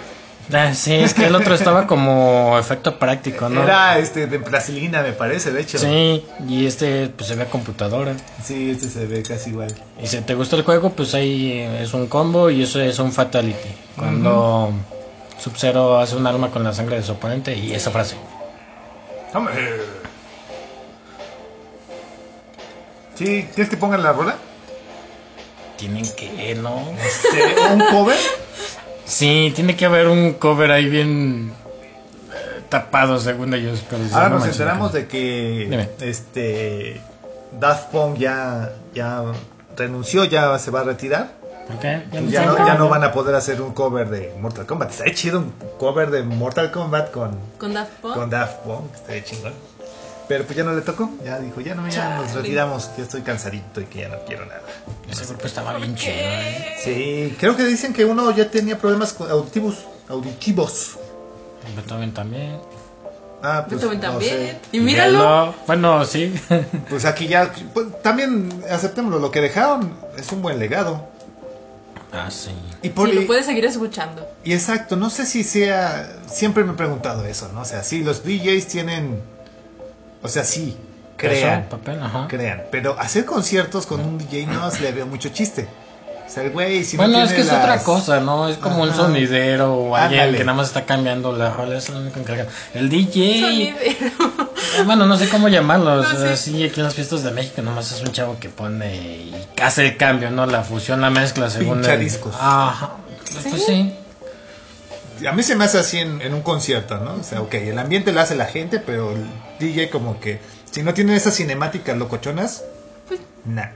Speaker 2: Ah, sí, es que el otro estaba como efecto práctico, ¿no?
Speaker 1: Era este de plastilina, me parece, de hecho.
Speaker 2: Sí, y este pues se ve a computadora.
Speaker 1: Sí, este se ve casi igual.
Speaker 2: Y si te gusta el juego, pues ahí eh, es un combo y eso es un fatality. Cuando Sub-Zero hace un arma con la sangre de su oponente y esa frase.
Speaker 1: Tome. Sí, ¿quieres que pongan la rola?
Speaker 2: Tienen que, ¿no?
Speaker 1: Este, ¿Un
Speaker 2: [laughs]
Speaker 1: cover?
Speaker 2: Sí, tiene que haber un cover ahí bien eh, tapado, según ellos. Pero
Speaker 1: Ahora
Speaker 2: no
Speaker 1: Ah, nos
Speaker 2: manches,
Speaker 1: enteramos
Speaker 2: no.
Speaker 1: de que
Speaker 2: Dime.
Speaker 1: este Daft Punk ya, ya renunció, ya se va a retirar.
Speaker 2: ¿Por qué?
Speaker 1: Pues ya, no, ya no van a poder hacer un cover de Mortal Kombat. Está chido un cover de Mortal Kombat con,
Speaker 3: Con Daft Punk.
Speaker 1: con Daft Punk. Está de chingón. Pero pues ya no le tocó. Ya dijo, ya no, ya nos
Speaker 3: Chale.
Speaker 1: retiramos. Ya estoy cansadito y que ya no quiero nada.
Speaker 2: Ese grupo estaba bien chido. ¿eh?
Speaker 1: Sí, creo que dicen que uno ya tenía problemas con auditivos. Auditivos.
Speaker 2: Beethoven también.
Speaker 1: Ah, pues,
Speaker 3: Beethoven
Speaker 1: no
Speaker 3: también.
Speaker 1: sé.
Speaker 3: Y míralo.
Speaker 2: Míralo. Bueno, sí. [laughs]
Speaker 1: Pues aquí ya. pues, también aceptémoslo. Lo que dejaron es un buen legado.
Speaker 2: ah, sí.
Speaker 1: Y por
Speaker 3: Si
Speaker 1: y-
Speaker 3: lo puedes seguir escuchando.
Speaker 1: Y exacto, no sé si sea. Siempre me he preguntado eso, ¿no? O sea, sí, los DJs tienen. O sea, sí, crean.
Speaker 2: Eso, papel, ajá.
Speaker 1: Crean. Pero hacer conciertos con un DJ no se le veo mucho chiste. O sea, el güey, si no
Speaker 2: bueno, es
Speaker 1: tiene
Speaker 2: que es
Speaker 1: las-
Speaker 2: otra cosa, ¿no? Es como un
Speaker 1: Ajá.
Speaker 2: sonidero o alguien
Speaker 1: Ándale.
Speaker 2: que nada más está cambiando la rola, es la única encargada. El DJ.
Speaker 3: Sonidero.
Speaker 2: Bueno, no sé cómo llamarlo. o
Speaker 3: No
Speaker 2: sea,
Speaker 3: sé.
Speaker 2: sí, aquí en las fiestas de México nomás es un chavo que pone y hace el cambio, ¿no? La fusión, la mezcla, según.
Speaker 1: Pincha
Speaker 2: el-
Speaker 1: discos.
Speaker 2: Ajá. Pues sí.
Speaker 1: A mí se me hace así en, en un concierto, ¿no? O sea, ok, el ambiente lo hace la gente, pero el DJ como que. Si no tiene esas cinemáticas locochonas, pues, nah.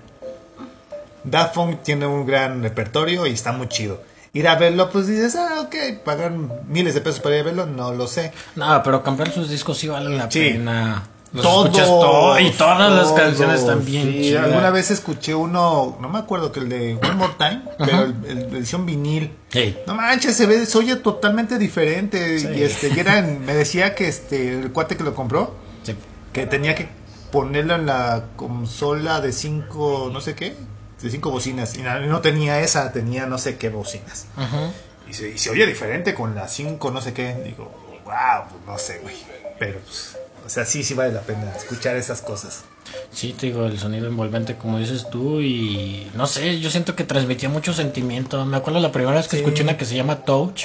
Speaker 1: Daft Punk tiene un gran repertorio y está muy chido. Ir a verlo, pues dices, ah, ok, pagar miles de pesos para ir a verlo, no lo sé.
Speaker 2: No, pero comprar sus discos sí vale la
Speaker 1: Sí.
Speaker 2: pena. Los
Speaker 1: Todos,
Speaker 2: escuchas todo y todas las
Speaker 1: todos,
Speaker 2: canciones también
Speaker 1: sí.
Speaker 2: chidas.
Speaker 1: Alguna vez escuché uno, no me acuerdo que el de One More Time, pero el, el- la edición vinil.
Speaker 2: Sí.
Speaker 1: No manches, se ve, se oye totalmente diferente.
Speaker 2: Sí.
Speaker 1: Y este, y era en- me decía que este, el cuate que lo compró,
Speaker 2: sí.
Speaker 1: que tenía que ponerlo en la consola de cinco, no sé qué, de cinco bocinas. Y na- no tenía esa, tenía no sé qué bocinas.
Speaker 2: Ajá.
Speaker 1: Y se, y se oye diferente con las cinco, no sé qué. Digo, wow, pues no sé, güey. Pero, pues, o sea, sí, sí vale la pena escuchar esas cosas.
Speaker 2: Sí, te digo, el sonido envolvente, como dices tú, y no sé, yo siento que transmitía mucho sentimiento. Me acuerdo la primera vez que
Speaker 1: Sí.
Speaker 2: escuché una que se llama Touch.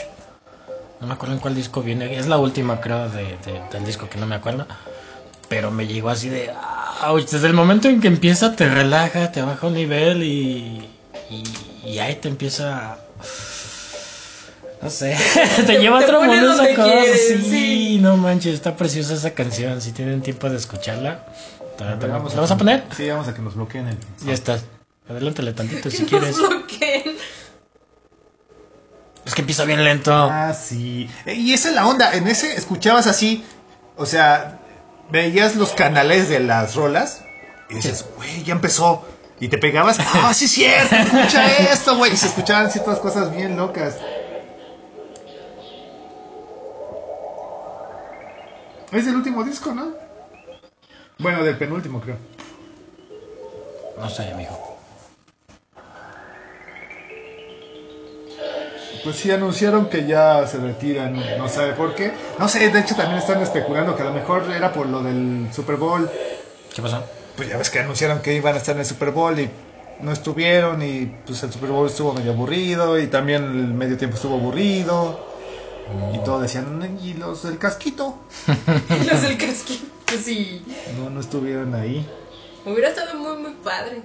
Speaker 2: No me acuerdo en cuál disco viene, es la última, creo, de, de- del disco que no me acuerdo. Pero me llegó así de. "Auch", Desde el momento en que empieza, te relaja, te baja un nivel y. Y, y ahí te empieza. No sé, [laughs] te lleva a
Speaker 3: te
Speaker 2: otro
Speaker 3: pone
Speaker 2: mundo esa
Speaker 3: donde
Speaker 2: cosa.
Speaker 3: quieres,
Speaker 2: sí,
Speaker 3: sí.
Speaker 2: no manches, está preciosa esa canción. Si tienen tiempo de escucharla,
Speaker 1: A
Speaker 2: ¿la
Speaker 1: ver, vamos
Speaker 2: vas a poner?
Speaker 1: Sí, vamos a que nos bloqueen el.
Speaker 2: Ya estás. Adelántale tantito
Speaker 1: [laughs]
Speaker 3: Que [laughs]
Speaker 2: si
Speaker 3: nos
Speaker 2: quieres.
Speaker 3: bloqueen.
Speaker 2: Es que empieza bien lento.
Speaker 1: Ah, sí. Eh, Y esa es la onda. En ese escuchabas así, o sea, veías los canales de las rolas y dices, güey, ya empezó. Y te pegabas, ah, sí, es cierto, escucha esto, güey. Y se escuchaban ciertas cosas bien locas. Es el último disco, ¿no? Bueno, del penúltimo, creo.
Speaker 2: No sé, amigo.
Speaker 1: Pues sí, anunciaron que ya se retiran, no sabe por qué. No sé, de hecho también están especulando que a lo mejor era por lo del Super Bowl.
Speaker 2: ¿Qué pasó?
Speaker 1: Pues ya ves que anunciaron que iban a estar en el Super Bowl y no estuvieron y pues el Super Bowl estuvo medio aburrido y también el medio tiempo estuvo aburrido. Y todos decían, ¿y los del casquito?
Speaker 3: Y los del casquito. Pues sí.
Speaker 1: No, no estuvieron ahí.
Speaker 3: Hubiera estado muy, muy padre.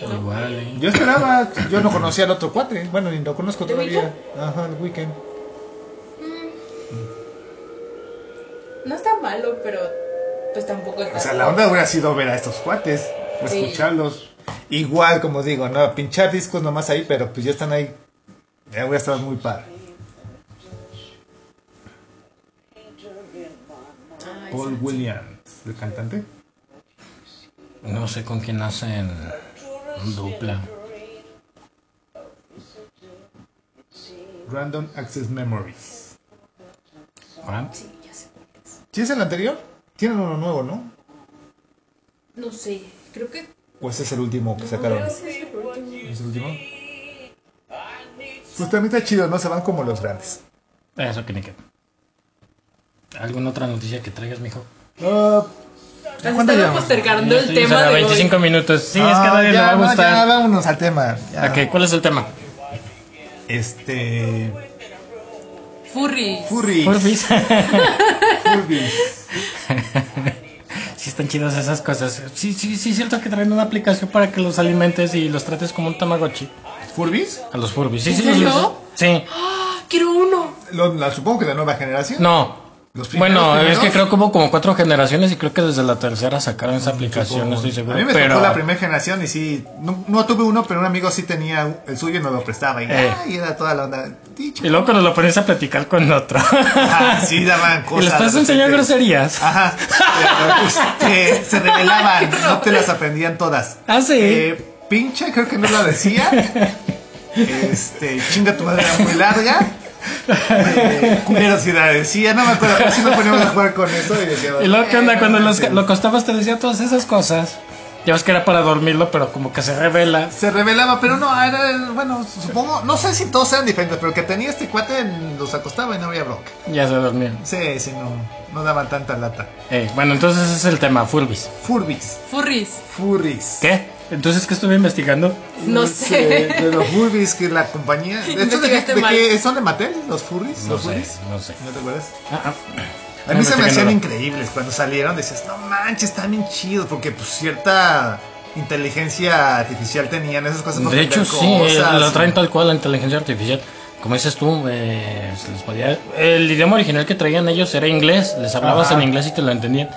Speaker 2: Igual, ¿eh?
Speaker 1: Yo esperaba, yo no conocía al otro cuate, bueno, ni lo conozco
Speaker 3: ¿The
Speaker 1: todavía. Ajá, el weekend.
Speaker 3: No está malo, pero pues tampoco es
Speaker 1: O sea,
Speaker 3: tan-
Speaker 1: la onda hubiera sido ver a estos cuates,
Speaker 3: Sí.
Speaker 1: escucharlos. Igual, como digo, no, pinchar discos nomás ahí, pero pues ya están ahí. Ya hubiera estado muy padre.
Speaker 3: Ay,
Speaker 1: Paul Williams, el cantante.
Speaker 2: No sé con quién hacen un dupla.
Speaker 1: Random Access Memories.
Speaker 2: ¿Ah?
Speaker 3: sí, ya sé.
Speaker 1: ¿Sí es el anterior? Tienen uno nuevo, ¿no?
Speaker 3: No sé, creo que...
Speaker 1: ¿O ese es el último que sacaron?
Speaker 3: creo que es por último.
Speaker 1: ¿Es el último? Pues también está chido, ¿no? Se van como los grandes.
Speaker 2: Eso que ni que. ¿Alguna otra noticia que traigas, mijo?
Speaker 1: Ah,
Speaker 3: Las
Speaker 1: ¿cuánto
Speaker 3: estaba
Speaker 1: llevamos?
Speaker 3: postergando el
Speaker 2: Sí,
Speaker 3: tema
Speaker 2: o sea,
Speaker 3: de hoy.
Speaker 2: 25 minutos. Sí, es que a
Speaker 1: Ah,
Speaker 2: nadie le va
Speaker 1: ya,
Speaker 2: a
Speaker 1: no, ya
Speaker 2: gustar.
Speaker 1: vámonos al tema. ya.
Speaker 2: Ok, ¿cuál es el tema?
Speaker 1: Este.
Speaker 3: Furry.
Speaker 1: Furries.
Speaker 2: Furbies.
Speaker 1: Furbies.
Speaker 2: [laughs] sí están chidas esas cosas. Sí, sí, sí, es cierto que traen una aplicación para que los alimentes y los trates como un tamagotchi.
Speaker 1: ¿Furbies?
Speaker 2: A los Furbies. Sí,
Speaker 3: ¿En
Speaker 2: sí,
Speaker 3: serio?
Speaker 2: los Sí.
Speaker 3: ¡Ah, quiero uno.
Speaker 1: Lo- la- supongo que la nueva generación.
Speaker 2: No.
Speaker 1: Los primeros,
Speaker 2: Bueno, es
Speaker 1: primeros.
Speaker 2: que creo que hubo como cuatro generaciones y creo que desde la tercera sacaron esa aplicación, no estoy seguro.
Speaker 1: A mí me
Speaker 2: pero...
Speaker 1: tocó la primera generación y sí, no, no tuve uno, pero un amigo sí tenía el suyo y me lo prestaba. Y,
Speaker 2: Eh.
Speaker 1: ay, era toda la onda. Dicho.
Speaker 2: Y luego cuando lo pones a platicar con otro.
Speaker 1: Ah, sí, daban
Speaker 2: [laughs] y
Speaker 1: cosas. Ah,
Speaker 2: les puedes
Speaker 1: de
Speaker 2: enseñar
Speaker 1: repente.
Speaker 2: groserías.
Speaker 1: Ajá. Pero, pues, te- se revelaban, no te las aprendían todas.
Speaker 2: Ah, sí.
Speaker 1: Eh, pincha, creo que no la decía. Este, chinga tu madre era muy larga. Eh, culero si la decía, no me acuerdo, pero sí nos poníamos a jugar con eso y decíamos.
Speaker 2: Y luego, ¿qué
Speaker 1: eh,
Speaker 2: onda? Cuando
Speaker 1: no
Speaker 2: los-
Speaker 1: manches.
Speaker 2: lo acostabas te decía todas esas cosas. Ya ves que era para dormirlo, pero como que se revela.
Speaker 1: Se revelaba, pero no, era, el- bueno, supongo, no sé si todos eran diferentes, pero el que tenía este cuate los acostaba y no había bronca.
Speaker 2: Ya se dormía.
Speaker 1: Sí, sí, no, no daban tanta lata.
Speaker 2: Eh, bueno, entonces ese es el tema, Furbis.
Speaker 1: Furbis,
Speaker 3: Furries.
Speaker 1: Furries.
Speaker 2: ¿Qué? Entonces, ¿qué estuve investigando?
Speaker 3: No
Speaker 1: Eh,
Speaker 3: sé.
Speaker 1: de los Furbies, que la compañía.
Speaker 3: [laughs]
Speaker 1: ¿De hecho, de,
Speaker 3: Investigaste
Speaker 1: qué- de
Speaker 3: mal.
Speaker 1: qué- son de Mattel? ¿Los Furbies?
Speaker 2: No
Speaker 1: ¿Los
Speaker 2: sé,
Speaker 1: Furbies?
Speaker 2: no sé.
Speaker 1: ¿No te acuerdas?
Speaker 2: Ah, ah.
Speaker 1: A mí se me hacían
Speaker 2: Investigando.
Speaker 1: increíbles cuando salieron. Decías, no manches, están bien chidos. Porque, pues, cierta inteligencia artificial tenían esas cosas. para
Speaker 2: De hecho,
Speaker 1: aprender
Speaker 2: sí, eh,
Speaker 1: cosas.
Speaker 2: lo traen tal cual la inteligencia artificial. Como dices tú, eh, se les podía- el idioma original que traían ellos era inglés. Les hablabas
Speaker 1: Ajá.
Speaker 2: en inglés y te lo entendían.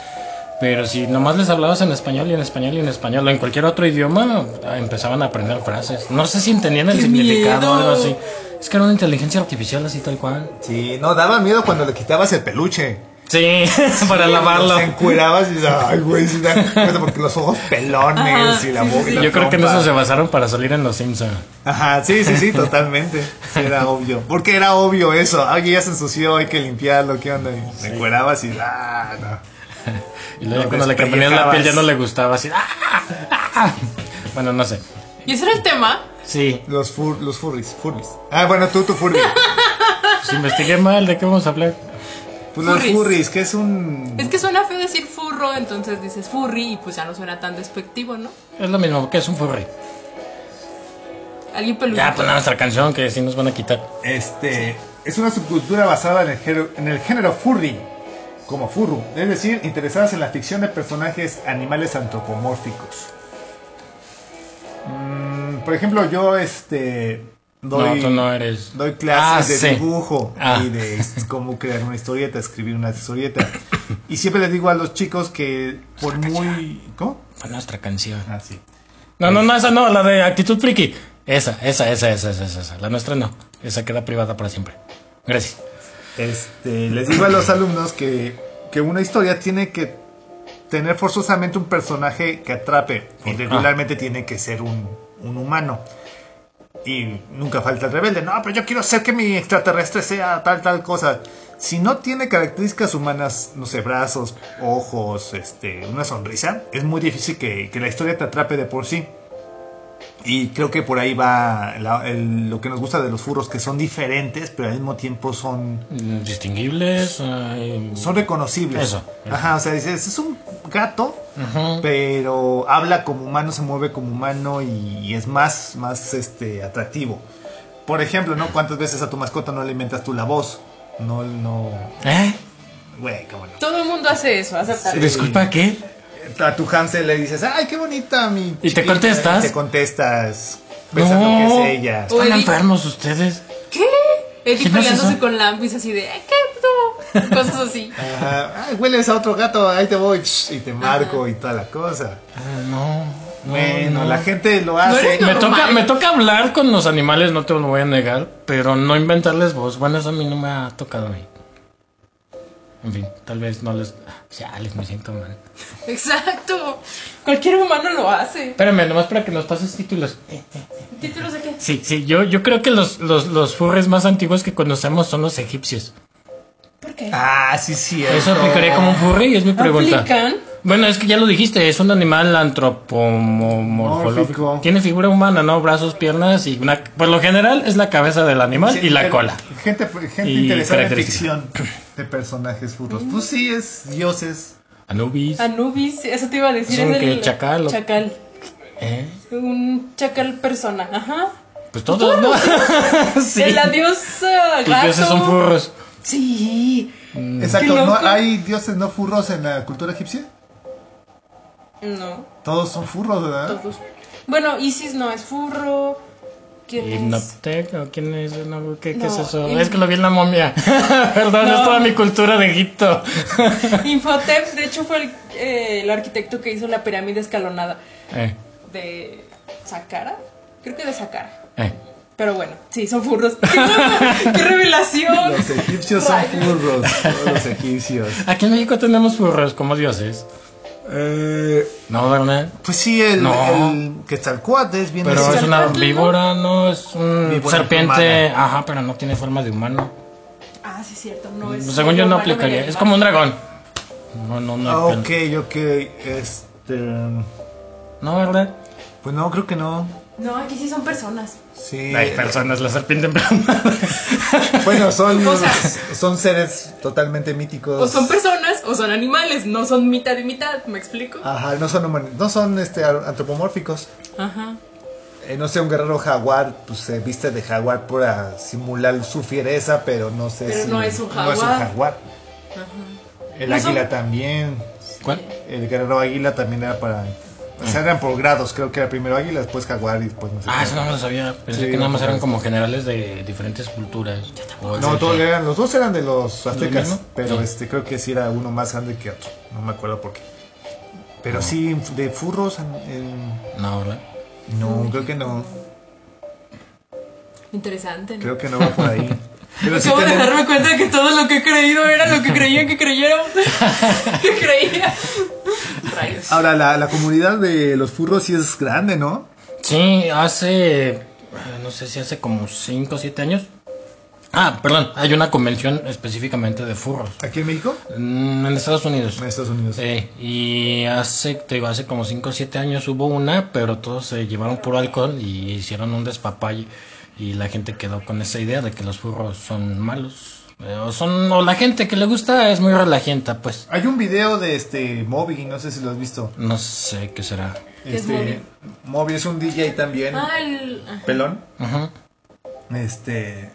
Speaker 2: Pero si nomás les hablabas en español y en español y en español o en cualquier otro idioma, ah, empezaban a aprender frases. No sé si entendían el
Speaker 3: ¡Qué
Speaker 2: significado o algo
Speaker 3: miedo!
Speaker 2: así. Es que era una inteligencia artificial así tal cual.
Speaker 1: Sí, no, daba miedo cuando le quitabas el peluche.
Speaker 2: Sí, [laughs] para lavarlo.
Speaker 1: Te encuerabas y dices, ay, güey, sí, me acuerdo, [laughs] porque los ojos pelones
Speaker 3: Ajá,
Speaker 1: y la
Speaker 3: sí, sí,
Speaker 1: boca.
Speaker 3: sí.
Speaker 1: y la
Speaker 2: Yo creo que en
Speaker 1: trompa.
Speaker 2: eso se basaron para salir en Los Simpsons.
Speaker 1: Ajá, sí, sí, sí, totalmente. Sí, era obvio. Porque era obvio eso. Ay, ya se ensució, hay que limpiarlo, ¿qué onda? Y Me encuerabas y. Ah, no.
Speaker 2: Y luego
Speaker 1: Lo
Speaker 2: cuando le cambiaban la piel
Speaker 1: despellejabas.
Speaker 2: ya no le gustaba así. [laughs] ¡ah! ¡ah! ¡ah! Bueno, no sé.
Speaker 3: [laughs] ¿Y ese era el tema?
Speaker 2: Sí,
Speaker 1: Los, fur, los furries, furries. Ah, bueno, tú, tu furry.
Speaker 2: pues investigué mal, ¿de qué vamos a hablar?
Speaker 1: Pues los
Speaker 3: Furries.
Speaker 1: furries, que es un.
Speaker 3: Es que suena feo decir furro, entonces dices furry y pues ya no suena tan despectivo, ¿no?
Speaker 2: Es lo mismo, que es un furry.
Speaker 3: Alguien peludo.
Speaker 2: Ya, pues nuestra canción que sí nos van a quitar.
Speaker 1: Este. Es una subcultura basada en el, género, en el género furry. Como furro. Es decir, interesadas en la ficción de personajes animales antropomórficos. Mm, por ejemplo, yo, este. Doy,
Speaker 2: No, tú no eres.
Speaker 1: Doy clases
Speaker 2: Ah,
Speaker 1: de
Speaker 2: sí.
Speaker 1: dibujo
Speaker 2: Ah.
Speaker 1: y de es- cómo crear una historieta, escribir una historieta. Y siempre les digo a los chicos que por muy... ¿Cómo?
Speaker 2: Fue nuestra canción.
Speaker 1: Ah, sí.
Speaker 2: No, no, no, esa no, la de actitud friki. Esa, esa, esa, esa, esa, esa, esa. La nuestra no. Esa queda privada para siempre. Gracias.
Speaker 1: Este, les digo a los alumnos que, que una historia tiene que tener forzosamente un personaje que atrape. Y regularmente tiene que ser un, un humano. Y nunca falta el rebelde. No, pero yo quiero hacer que mi extraterrestre sea tal, tal cosa. Si no tiene características humanas, no sé, brazos, ojos, este, una sonrisa, es muy difícil que, que la historia te atrape de por sí. Y creo que por ahí va la- el- lo que nos gusta de los furros, que son diferentes, pero al mismo tiempo son
Speaker 2: Mm, Distinguibles. ay,
Speaker 1: son reconocibles.
Speaker 2: Eso, eso.
Speaker 1: Ajá, o sea, dices, es un gato, pero habla como humano, se mueve como humano y, y es más, más este, atractivo. Por ejemplo, ¿no? ¿Cuántas veces a tu mascota no le inventas tú la voz? No, no.
Speaker 2: ¿Eh?
Speaker 1: Güey, cómo no.
Speaker 3: Todo el mundo hace eso, aceptar.
Speaker 2: Disculpa, ¿qué?
Speaker 1: A tu Hansel le dices, ¡ay, qué bonita mi.
Speaker 2: te
Speaker 1: chiquita",
Speaker 2: contestas?
Speaker 1: Y te contestas pensando que es ella.
Speaker 3: O
Speaker 2: Están
Speaker 3: Eddie.
Speaker 2: enfermos ustedes.
Speaker 3: ¿Qué? Eddie
Speaker 2: ¿Quién hace
Speaker 3: peleándose
Speaker 2: eso?
Speaker 3: con Lampis así de, "Ay, ¿qué?
Speaker 2: [laughs]
Speaker 3: No. Cosas así.
Speaker 1: Ajá, Ah, "Ay, hueles a otro gato, ahí te voy, ch, y te marco y toda la cosa.
Speaker 2: Ah, no. no,
Speaker 1: Bueno,
Speaker 2: no.
Speaker 1: la gente lo
Speaker 3: No
Speaker 1: hace.
Speaker 3: eres
Speaker 2: Me toca,
Speaker 3: Normal.
Speaker 2: me toca hablar con los animales, no te lo voy a negar, pero no inventarles voz. Bueno, eso a mí no me ha tocado a mí. En fin, tal vez no les... Ya, les me siento mal.
Speaker 3: Exacto. Cualquier humano lo hace.
Speaker 2: Espérame, nomás para que nos pases títulos. Eh, eh.
Speaker 3: ¿Títulos de qué?
Speaker 2: Sí, sí, yo, yo creo que los, los, los furries más antiguos que conocemos son los egipcios.
Speaker 3: ¿Por qué?
Speaker 1: Ah, sí, sí.
Speaker 2: ¿Eso aplicaría como un furry? Es mi pregunta.
Speaker 3: ¿Aplican?
Speaker 2: Bueno, es que ya lo dijiste, es un animal antropomorfólogo.
Speaker 4: Mórfico.
Speaker 2: Tiene figura humana, ¿no? Brazos, piernas y una... Por lo general es la cabeza del animal ¿Ah? y la
Speaker 1: Gente-
Speaker 2: cola.
Speaker 1: Gente, gente
Speaker 2: Y
Speaker 1: interesada en
Speaker 2: características.
Speaker 1: ficción de personajes furros. Pues sí, es dioses.
Speaker 2: Anubis.
Speaker 3: Anubis, eso te iba a decir.
Speaker 2: Es un
Speaker 3: es
Speaker 2: que chacal o-
Speaker 3: Chacal.
Speaker 2: ¿eh?
Speaker 3: Un chacal persona, ajá.
Speaker 2: Pues todos, ¿no? [laughs] sí.
Speaker 3: De la diosa
Speaker 2: Los
Speaker 3: gato.
Speaker 2: dioses son furros.
Speaker 3: Sí.
Speaker 1: Exacto,
Speaker 3: Qué
Speaker 1: Mm. ¿no
Speaker 3: loco.
Speaker 1: hay dioses no furros en la cultura egipcia?
Speaker 3: No,
Speaker 1: Todos son furros, ¿verdad?
Speaker 3: todos. Bueno, Isis no es furro. ¿Quién es?
Speaker 2: ¿Hipnotec? ¿O quién es? No, ¿qué, qué es
Speaker 3: No,
Speaker 2: eso?
Speaker 3: im-
Speaker 2: Es que lo vi en la momia. [laughs] Perdón, es
Speaker 3: No.
Speaker 2: toda mi cultura de Egipto. [laughs]
Speaker 3: [laughs] Infotep, de hecho, fue el, eh, el arquitecto que hizo la pirámide escalonada
Speaker 2: Eh,
Speaker 3: de Saqqara. Creo que de Saqqara.
Speaker 2: eh.
Speaker 3: Pero bueno, sí, son furros. [laughs] ¡Qué revelación!
Speaker 1: Los egipcios son
Speaker 3: Rayos.
Speaker 1: furros. Todos los egipcios.
Speaker 2: Aquí en México tenemos furros como dioses. No, ¿verdad?
Speaker 1: Eh, pues sí, el,
Speaker 2: No.
Speaker 1: el Quetzalcóatl es bien
Speaker 2: Pero es
Speaker 1: extraño.
Speaker 2: una
Speaker 3: ¿no?
Speaker 2: víbora, no es un
Speaker 1: Víbora
Speaker 2: serpiente. Ajá, pero no tiene forma de humano. Pues
Speaker 3: Ah, sí, es cierto. No es.
Speaker 2: Según yo no
Speaker 3: humano,
Speaker 2: aplicaría.
Speaker 3: ni
Speaker 2: Es
Speaker 3: animal.
Speaker 2: como un dragón. No, no, no.
Speaker 1: Ah,
Speaker 2: hay pelo.
Speaker 1: ok, ok. Este.
Speaker 2: No, ¿verdad?
Speaker 1: Pues no, creo que no.
Speaker 3: No, aquí sí son personas.
Speaker 1: Sí.
Speaker 2: Hay personas, la serpiente emplumada.
Speaker 1: Bueno, son,
Speaker 3: Cosas.
Speaker 1: son seres totalmente míticos.
Speaker 3: O son personas o son animales, no son mitad y mitad, ¿me explico?
Speaker 1: Ajá, no son humanos, no son este, a- antropomórficos.
Speaker 3: Ajá.
Speaker 1: Eh, no sé, un guerrero jaguar, pues se viste de jaguar para simular su fiereza, pero no sé
Speaker 3: Pero
Speaker 1: si.
Speaker 3: no es un
Speaker 1: No es un
Speaker 3: jaguar.
Speaker 1: jaguar. El
Speaker 3: No son-
Speaker 1: águila también.
Speaker 2: [laughs] ¿Cuál?
Speaker 1: El guerrero águila también era para. O sea, eran por grados, creo que era primero águila, después jaguar y después no sé.
Speaker 2: Ah,
Speaker 1: qué.
Speaker 2: eso no me lo sabía. Pensé
Speaker 1: Sí,
Speaker 2: que nada más eran
Speaker 1: pues.
Speaker 2: como generales de diferentes culturas. O
Speaker 1: No,
Speaker 2: de-
Speaker 1: todos eran, los dos eran de los aztecas,
Speaker 2: mismo?
Speaker 1: pero
Speaker 2: Sí.
Speaker 1: este creo que sí era uno más grande que otro, no me acuerdo por qué. Pero sí, de furros, en- en-
Speaker 2: No, ¿verdad?
Speaker 1: no, creo que no,
Speaker 3: Interesante. ¿no?
Speaker 1: creo que no va por ahí. [laughs] Pero sí
Speaker 3: Acabo de
Speaker 1: tenemos-
Speaker 3: darme cuenta de que todo lo que he creído era lo que creían que creyeron.
Speaker 1: [laughs]
Speaker 3: [laughs] que creía. Rayos.
Speaker 1: Ahora, la, la comunidad de los furros sí es grande, ¿no?
Speaker 2: Sí, hace, eh, no sé si hace como 5 o 7 años. Ah, perdón, hay una convención específicamente de furros.
Speaker 1: ¿Aquí en México?
Speaker 2: Mm, En Estados Unidos.
Speaker 1: En Estados Unidos.
Speaker 2: Sí, y hace, te digo, hace como 5 o 7 años hubo una, pero todos se llevaron puro alcohol y hicieron un despapalle. Y la gente quedó con esa idea de que los furros son malos. Eh, O, son, o la gente que le gusta es muy relajenta, pues.
Speaker 1: Hay un video de este Moby, no sé si lo has visto.
Speaker 2: No sé qué será.
Speaker 3: ¿Qué es
Speaker 1: Este, Moby es un DJ también,
Speaker 3: Ah, el- ah,
Speaker 1: pelón.
Speaker 2: Ajá.
Speaker 1: Este.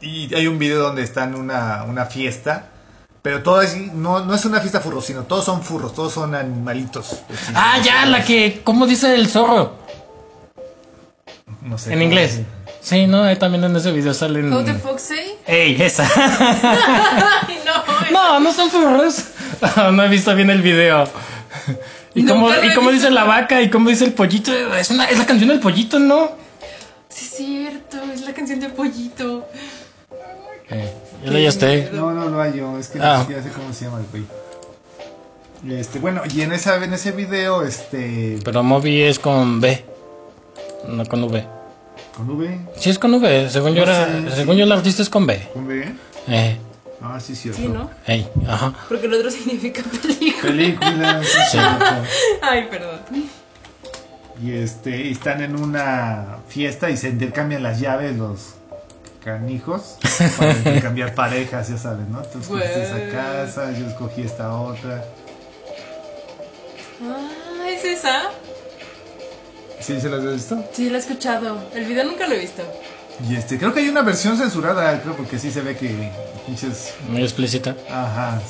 Speaker 1: Y hay un video donde están en una, una fiesta. Pero todo es- no, no es una fiesta furro, sino todos son furros, todos son animalitos. así,
Speaker 2: Ah, ya, la que, ¿cómo dice el zorro?
Speaker 1: no sé
Speaker 2: En
Speaker 1: cómo
Speaker 2: inglés.
Speaker 1: decir.
Speaker 2: Sí, no, ahí también en ese video salen.
Speaker 3: How the fuck say?
Speaker 2: ¡Ey, esa!
Speaker 3: [laughs] Ay, no.
Speaker 2: no, no son furros. [laughs] no he visto bien el video. [laughs] ¿Y
Speaker 3: Nunca
Speaker 2: cómo,
Speaker 3: lo he
Speaker 2: y cómo
Speaker 3: visto.
Speaker 2: dice la vaca? ¿Y cómo dice el pollito? Es, una, es la canción del pollito, ¿no?
Speaker 3: Sí, es cierto. Es la canción de Pollito.
Speaker 2: Eh, yo ya estoy.
Speaker 1: No, no lo hay yo, es que
Speaker 2: Ah.
Speaker 1: ni siquiera sé cómo se llama el güey. Este, bueno, y en, esa, en ese video, este.
Speaker 2: Pero Moby es con B. No con V.
Speaker 1: ¿Con V?
Speaker 2: Sí, es con V. Según yo,
Speaker 1: No
Speaker 2: era,
Speaker 1: sé,
Speaker 2: según yo el artista es con B.
Speaker 1: ¿Con V?
Speaker 2: Eh,
Speaker 1: Ah, sí, cierto.
Speaker 3: Sí, ¿no?
Speaker 2: ey, ajá.
Speaker 3: Porque el otro significa película.
Speaker 1: Película,
Speaker 3: [laughs]
Speaker 1: sí, cierto.
Speaker 3: Ay, perdón.
Speaker 1: Y este, y están en una fiesta y se intercambian las llaves los canijos
Speaker 3: [laughs]
Speaker 1: para intercambiar parejas, ya sabes, ¿no? Tú escogiste esa
Speaker 3: Güey.
Speaker 1: casa, yo escogí esta otra.
Speaker 3: Ah, ¿es esa?
Speaker 1: ¿Sí se las has visto?
Speaker 3: Sí, la he escuchado. El video nunca lo he visto.
Speaker 1: Y este, creo que hay una versión censurada, creo, porque sí se ve que pinches,
Speaker 2: Muy explícita.
Speaker 1: ajá.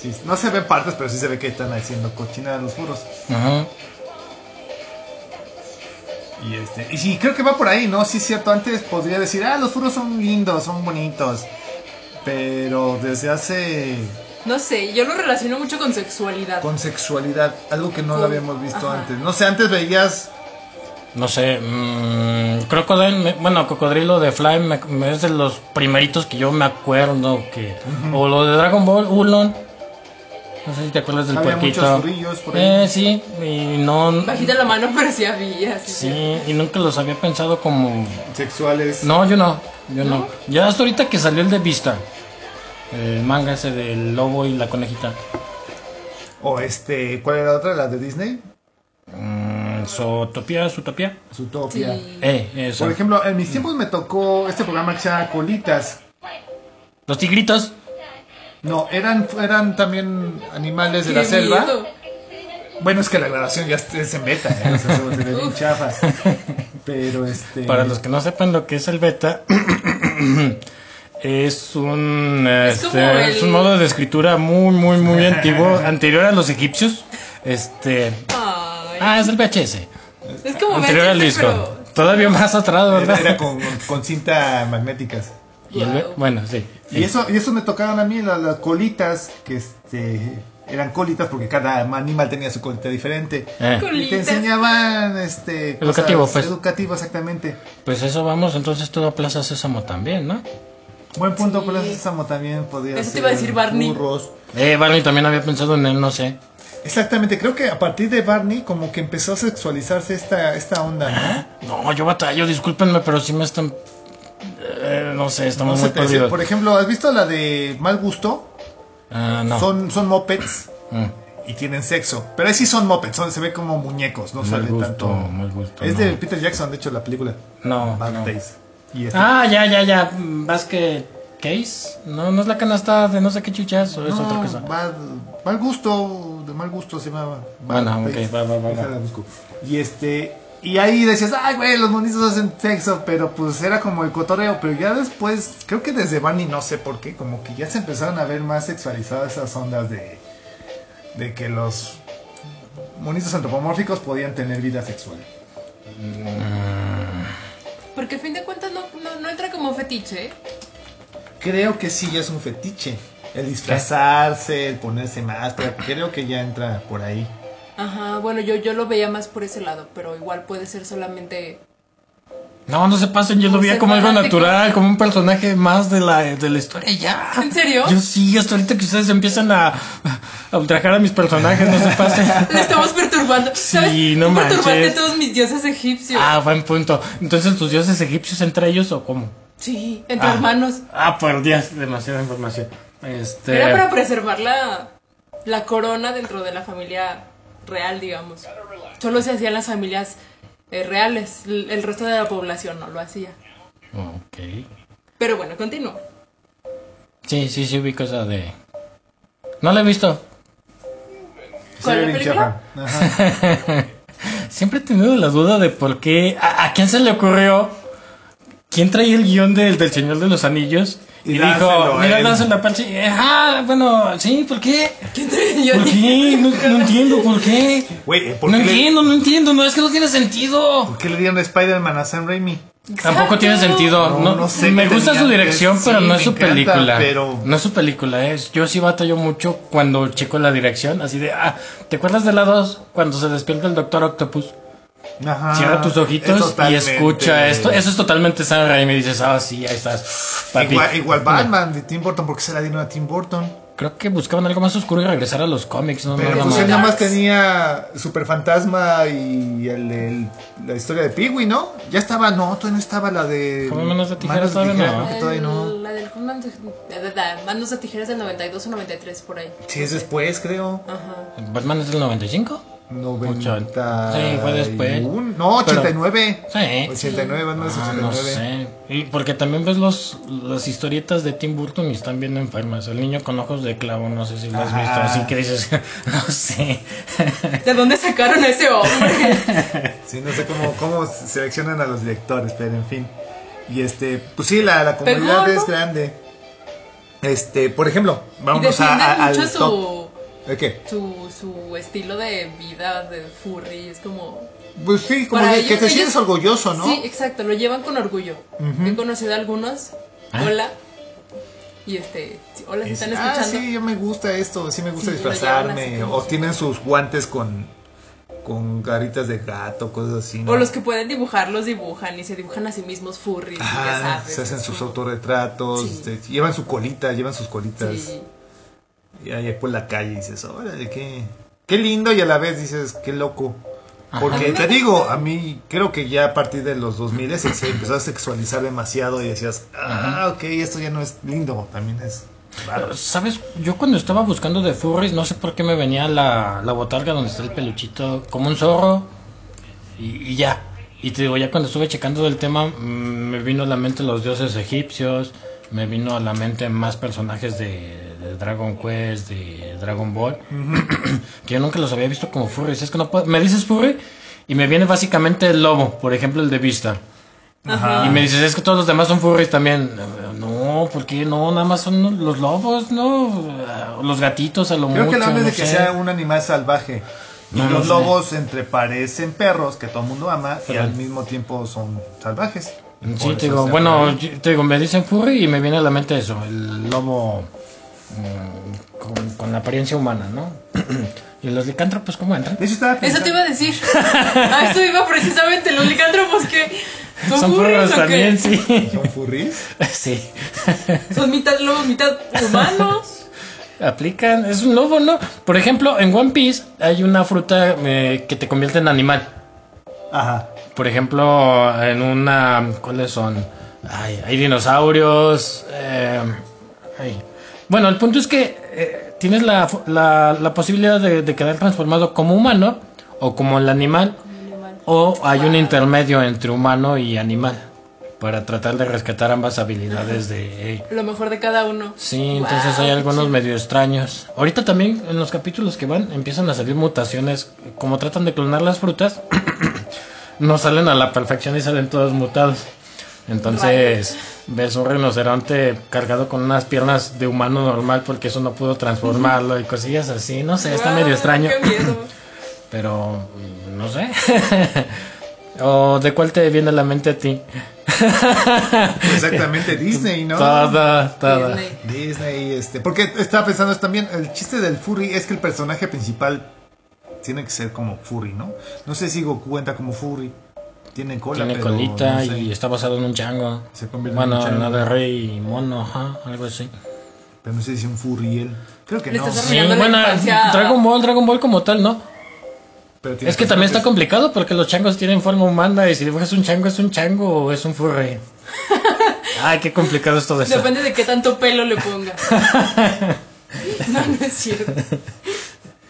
Speaker 1: sí, no se ven partes, pero sí se ve que están haciendo cochinadas los furros.
Speaker 2: Ajá.
Speaker 1: Y este, y sí, creo que va por ahí, ¿no? Sí, es cierto. Antes podría decir, ah, los furros son lindos, son bonitos. Pero desde hace
Speaker 3: No sé, yo lo relaciono mucho con sexualidad.
Speaker 1: con sexualidad, algo que no
Speaker 3: Con-
Speaker 1: lo habíamos visto
Speaker 3: ajá.
Speaker 1: antes. No sé, antes veías
Speaker 2: No sé, mm, Crocodile, me- bueno, Cocodrilo de Fly me- me es de los primeritos que yo me acuerdo que... O lo de Dragon Ball, Ulon. No sé si te acuerdas del
Speaker 1: Había
Speaker 2: puerquito.
Speaker 1: muchos furrillos por ahí.
Speaker 2: Eh, sí, y no...
Speaker 3: Bajita la mano, pero sí había. sí,
Speaker 2: Sí, y nunca los había pensado como...
Speaker 1: sexuales.
Speaker 2: No, yo no, yo no. Ya hasta ahorita que salió el de Vista. El manga ese del lobo y la conejita.
Speaker 1: O este, ¿cuál era la otra? La de Disney.
Speaker 2: Mm, Zootopia, Zootopia.
Speaker 1: Zootopia.
Speaker 3: Sí.
Speaker 2: Eh, eso.
Speaker 1: Por ejemplo, en mis tiempos me tocó este programa que se llama Colitas.
Speaker 2: Los tigritos.
Speaker 1: No, eran, eran también animales de la
Speaker 3: Qué
Speaker 1: selva.
Speaker 3: miedo.
Speaker 1: Bueno, es que la grabación ya es en beta, ¿eh? O sea, se ve bien chafa. Pero este.
Speaker 2: Para los que no sepan lo que es el beta, [clears throat] es un
Speaker 3: Es como
Speaker 2: este,
Speaker 3: el-
Speaker 2: es un modo de escritura muy muy
Speaker 3: [laughs]
Speaker 2: muy antiguo, anterior a los egipcios. Este,
Speaker 3: Ay,
Speaker 2: ah, es el VHS.
Speaker 3: es como
Speaker 2: anterior al
Speaker 3: VHS,
Speaker 2: disco.
Speaker 3: pero-
Speaker 2: Todavía más atrás,
Speaker 1: Era,
Speaker 2: ¿verdad? [laughs]
Speaker 3: [laughs]
Speaker 1: era [laughs] con, con cinta magnéticas.
Speaker 2: Y el-
Speaker 3: Wow.
Speaker 2: Bueno, sí.
Speaker 1: Y eso, y eso me tocaban a mí la- las, colitas, que este. Eran colitas porque cada animal tenía su colita diferente.
Speaker 2: Eh,
Speaker 1: Y te
Speaker 3: Colitas.
Speaker 1: enseñaban este. cosas-
Speaker 2: Educativo, pues.
Speaker 1: Educativo, exactamente.
Speaker 2: pues eso vamos, entonces toda Plaza Sésamo también, ¿no?
Speaker 1: Buen punto,
Speaker 3: Sí.
Speaker 1: pero ese Sésamo también podía
Speaker 3: Eso te
Speaker 1: ser
Speaker 3: iba a decir Barney.
Speaker 1: burros.
Speaker 2: Eh, Barney también había pensado en él, no sé.
Speaker 1: Exactamente, creo que a partir de Barney como que empezó a sexualizarse esta, esta onda, ¿no?
Speaker 2: No, yo batallo, discúlpenme, pero sí me están eh, no sé,
Speaker 1: No
Speaker 2: estamos
Speaker 1: sé,
Speaker 2: muy
Speaker 1: te-
Speaker 2: perdidos.
Speaker 1: por ejemplo, ¿has visto la de Mal Gusto?
Speaker 2: Ah, no.
Speaker 1: Son, son mopeds
Speaker 2: Mm.
Speaker 1: y tienen sexo. Pero ahí sí son mopeds, son- se ve como muñecos, no
Speaker 2: Mal
Speaker 1: sale
Speaker 2: gusto,
Speaker 1: tanto.
Speaker 2: mal gusto,
Speaker 1: es
Speaker 2: no.
Speaker 1: de Peter Jackson, de hecho, la película.
Speaker 2: No,
Speaker 1: Bad
Speaker 2: no.
Speaker 1: Taste. Y este-
Speaker 2: Ah, ya, ya, ya. Mm, Basket case. No, no es la canasta de no sé qué chuchas o es
Speaker 1: No,
Speaker 2: otra cosa.
Speaker 1: Bad- mal gusto, de mal gusto se llamaba.
Speaker 2: Bueno,
Speaker 1: Bad
Speaker 2: ok,
Speaker 1: Taste.
Speaker 2: va, va, va, va.
Speaker 1: Déjala, busco. Y este, y ahí decías, ay, güey, los monitos hacen sexo, pero pues era como el cotorreo, pero ya después, creo que desde Barney, no sé por qué, como que ya se empezaron a ver más sexualizadas esas ondas de, de que los monitos antropomórficos podían tener vida sexual.
Speaker 3: Porque a fin de cuentas no, no, no entra como fetiche. ¿eh?
Speaker 1: Creo que sí, ya es un fetiche. El disfrazarse, el ponerse más, pero creo que ya entra por ahí.
Speaker 3: Ajá, bueno, yo, yo lo veía más por ese lado, pero igual puede ser solamente...
Speaker 2: No, no se pasen, yo lo
Speaker 3: No
Speaker 2: veía
Speaker 3: se
Speaker 2: como algo
Speaker 3: pasen.
Speaker 2: natural, como un personaje más de la, de la historia ya.
Speaker 3: ¿En serio?
Speaker 2: Yo sí, hasta ahorita que ustedes empiezan a, a ultrajar a mis personajes, no se
Speaker 3: [laughs]
Speaker 2: pasen.
Speaker 3: Le estamos perturbando. ¿Sabes?
Speaker 2: no
Speaker 3: Tú perturbaste
Speaker 2: manches.
Speaker 3: todos mis dioses egipcios.
Speaker 2: ah, buen punto. Entonces, ¿tus dioses egipcios entre ellos o cómo?
Speaker 3: Sí, entre
Speaker 2: Ah.
Speaker 3: hermanos.
Speaker 2: Ah, por Dios, demasiada información. Este.
Speaker 3: Era para preservar la, la corona dentro de la familia real, digamos. Solo se hacían las familias eh, reales. L- El resto de la población no lo hacía.
Speaker 2: Ok.
Speaker 3: Pero bueno, continúo. [laughs]
Speaker 2: Sí, sí, sí, ubico esa de. No la he visto.
Speaker 3: ¿Cuál
Speaker 1: Se ve
Speaker 3: la
Speaker 1: bien
Speaker 3: película?
Speaker 1: chafa. Ajá.
Speaker 2: Siempre he tenido la duda de por qué. ¿A, a quién se le ocurrió? ¿Quién traía el guión del, del Señor de los Anillos?
Speaker 1: Y
Speaker 2: Y,
Speaker 1: dáselo
Speaker 2: dijo,
Speaker 1: a
Speaker 2: mira,
Speaker 1: él".
Speaker 2: dáselo a Percy. Eh, Ah, bueno, sí, ¿por qué?
Speaker 3: ¿Quién trae? Yo
Speaker 2: ¿Por qué? No, no entiendo, ¿por qué?
Speaker 1: Güey, eh, ¿por
Speaker 2: No
Speaker 1: qué le-
Speaker 2: entiendo, no entiendo, no, es que no tiene
Speaker 1: ¿Por
Speaker 2: sentido.
Speaker 1: qué le dieron Spider-Man a Sam Raimi?
Speaker 2: Tampoco tiene sentido. No, Me
Speaker 1: qué
Speaker 2: gusta su
Speaker 1: tenía,
Speaker 2: dirección,
Speaker 1: sí,
Speaker 2: pero no es
Speaker 1: me
Speaker 2: su
Speaker 1: encanta,
Speaker 2: película.
Speaker 1: Pero
Speaker 2: No es su película, eh. Yo sí batallo mucho cuando checo la dirección. Así de, ah, ¿te acuerdas de la 2 cuando se despierta el Doctor Octopus?
Speaker 1: Ajá,
Speaker 2: Cierra tus
Speaker 1: Ah, es
Speaker 2: ojitos y
Speaker 1: totalmente-
Speaker 2: escucha esto. Eso es totalmente Sam Raimi. Dices, ah, sí, ahí estás. papi".
Speaker 1: Igual, igual Batman de Tim Burton, porque se la dieron a Tim Burton.
Speaker 2: Creo que buscaban algo más oscuro y regresar a los cómics, ¿no?
Speaker 1: Pero
Speaker 2: Nada
Speaker 1: pues
Speaker 2: más.
Speaker 1: él nada más
Speaker 3: Darks.
Speaker 1: tenía Super Fantasma y el, de la historia de Peewee, ¿no? Ya estaba, no, todavía no estaba la de.
Speaker 2: Como Manos de Tijera, todavía no.
Speaker 1: creo que todavía no.
Speaker 3: La del Manos de- de- de- Manos de tijeras del 92 o 93, por ahí.
Speaker 1: Sí, es después, creo.
Speaker 3: Ajá.
Speaker 2: ¿Batman es del 95?
Speaker 1: 90.
Speaker 2: Sí, fue después.
Speaker 1: No, 89.
Speaker 2: Sí.
Speaker 1: 89, Pues Batman es 89.
Speaker 2: Ah, no sé. Y porque también ves los, las historietas de Tim Burton y están bien enfermas. El niño con ojos de clavo, no sé si lo has visto.
Speaker 1: Ajá.
Speaker 2: Así que dices, [laughs] no sé.
Speaker 3: ¿De dónde sacaron a ese hombre?
Speaker 1: Sí, no sé cómo, cómo seleccionan a los directores, pero en fin. Y este, pues sí, la, la
Speaker 3: Pegó,
Speaker 1: comunidad
Speaker 3: ¿no?
Speaker 1: es grande. Este, por ejemplo,
Speaker 3: Y
Speaker 1: vamos a,
Speaker 3: defienden
Speaker 1: a- al
Speaker 3: mucho
Speaker 1: top.
Speaker 3: su,
Speaker 1: ¿De qué?
Speaker 3: su, su estilo de vida de furry. Es como.
Speaker 1: Pues sí, como
Speaker 3: Para
Speaker 1: de- que
Speaker 3: ellos-
Speaker 1: te sientes
Speaker 3: ellos-
Speaker 1: orgulloso, ¿no?
Speaker 3: Sí, exacto, lo llevan con orgullo. He conocido a algunos.
Speaker 2: Ah.
Speaker 3: Hola. Y este. sí, Hola, si están
Speaker 1: ah,
Speaker 3: escuchando.
Speaker 1: sí, yo me gusta esto, sí me gusta
Speaker 3: Sí, lo llevan así
Speaker 1: disfrazarme.
Speaker 3: como
Speaker 1: O
Speaker 3: si-
Speaker 1: tienen sus guantes con, con garitas de gato, cosas así. ¿no?
Speaker 3: O los que pueden dibujar, los dibujan y se dibujan a sí mismos furries. y
Speaker 2: Ah,
Speaker 1: Ajá,
Speaker 3: ya sabes.
Speaker 1: se hacen
Speaker 3: es
Speaker 1: sus
Speaker 3: como-
Speaker 1: autorretratos,
Speaker 3: Sí.
Speaker 1: este, llevan su colita, llevan sus colitas.
Speaker 3: Sí.
Speaker 1: Y ahí por la calle dices, órale, qué, qué lindo y a la vez dices, qué loco. Porque te digo, a mí creo que ya a partir de los 2000 se empezó a sexualizar demasiado y decías, ah, ok, esto ya no es lindo, también es raros.
Speaker 2: ¿Sabes? Yo cuando estaba buscando de furries, no sé por qué me venía la, la botarga donde está el peluchito como un zorro y, y ya. Y te digo, ya cuando estuve checando del tema, mm, me vino a la mente los dioses egipcios, me vino a la mente más personajes de, de Dragon Quest, de Dragon Ball, [clears throat] que yo nunca los había visto como furries. Es que no puedo- me dices furry y me viene básicamente el lobo, por ejemplo, el de Vista.
Speaker 1: Ajá.
Speaker 2: Y me dices, es que todos los demás son furries también. No, porque no, nada más son los lobos, ¿no? Los gatitos a lo
Speaker 1: Creo
Speaker 2: mucho.
Speaker 1: que la habla
Speaker 2: no
Speaker 1: de que
Speaker 2: sé.
Speaker 1: sea un animal salvaje. Y
Speaker 2: No, no
Speaker 1: los
Speaker 2: sé.
Speaker 1: lobos entre parecen perros que todo el mundo ama
Speaker 2: Pero-
Speaker 1: y al mismo tiempo son salvajes.
Speaker 2: Sí,
Speaker 1: Por eso
Speaker 2: te digo,
Speaker 1: se
Speaker 2: bueno,
Speaker 1: llaman-
Speaker 2: yo- te digo, me dicen furry y me viene a la mente eso, el lobo mm, con, con la apariencia humana, ¿no? [clears throat] y los licántropos, ¿cómo entran?
Speaker 1: De hecho estaba
Speaker 3: Eso
Speaker 1: pensando,
Speaker 3: te iba a
Speaker 2: [laughs]
Speaker 3: decir. A eso iba precisamente los licántropos que son,
Speaker 2: Son furros
Speaker 3: furries o qué?
Speaker 2: también, sí. [laughs]
Speaker 1: ¿son furries?
Speaker 2: sí.
Speaker 3: Son mitad lobos, mitad humanos.
Speaker 2: Aplican, es un lobo, ¿no? Por ejemplo, en One Piece hay una fruta eh, que te convierte en animal.
Speaker 1: Ajá.
Speaker 2: Por ejemplo, en una. ¿Cuáles son? Ay, hay dinosaurios. eh, ay. Bueno, el punto es que eh, tienes la, fo- la- la posibilidad de, de quedar transformado como humano o como el animal. O hay un intermedio entre humano y animal para tratar de rescatar ambas habilidades de, eh,
Speaker 3: Lo mejor de cada uno.
Speaker 2: Sí, entonces hay algunos medio extraños. Ahorita también en los capítulos que van empiezan a salir mutaciones. Como tratan de clonar las frutas, [coughs] no salen a la perfección y salen todos mutados. Entonces ves un rinoceronte cargado con unas piernas de humano normal porque eso no pudo transformarlo y cosillas así. No sé, está
Speaker 3: Guau,
Speaker 2: medio extraño.
Speaker 3: Ah,
Speaker 2: [laughs]
Speaker 3: Qué miedo.
Speaker 2: Pero mm, no sé. [laughs] ¿O de cuál te viene a la mente a ti?
Speaker 1: Exactamente, Disney, ¿no?
Speaker 2: Toda, toda.
Speaker 3: Disney.
Speaker 1: Disney, este. Porque estaba pensando también, el chiste del furry es que el personaje principal tiene que ser como furry, ¿no? No sé si Goku cuenta como furry. Tiene cola,
Speaker 2: Tiene
Speaker 1: pero
Speaker 2: colita
Speaker 1: no sé.
Speaker 2: y está basado en un chango.
Speaker 1: Se convierte
Speaker 2: bueno,
Speaker 1: en un chango.
Speaker 2: la de rey y mono, ajá, algo así.
Speaker 1: Pero no sé si es un furry él. Creo que
Speaker 3: Le
Speaker 1: no.
Speaker 3: estás
Speaker 2: Sí,
Speaker 3: Mirando la
Speaker 2: bueno,
Speaker 3: infancia-
Speaker 2: Dragon Ball, Dragon Ball como tal, ¿no?
Speaker 1: Pero tiene
Speaker 2: Es que también está
Speaker 1: como...
Speaker 2: complicado porque los changos tienen forma humana y si dibujas un chango, ¿es un chango o es un
Speaker 3: [laughs]
Speaker 2: furry? Ay, qué complicado es todo eso.
Speaker 3: Depende de qué tanto pelo
Speaker 2: [laughs]
Speaker 3: le pongas. No, no es cierto.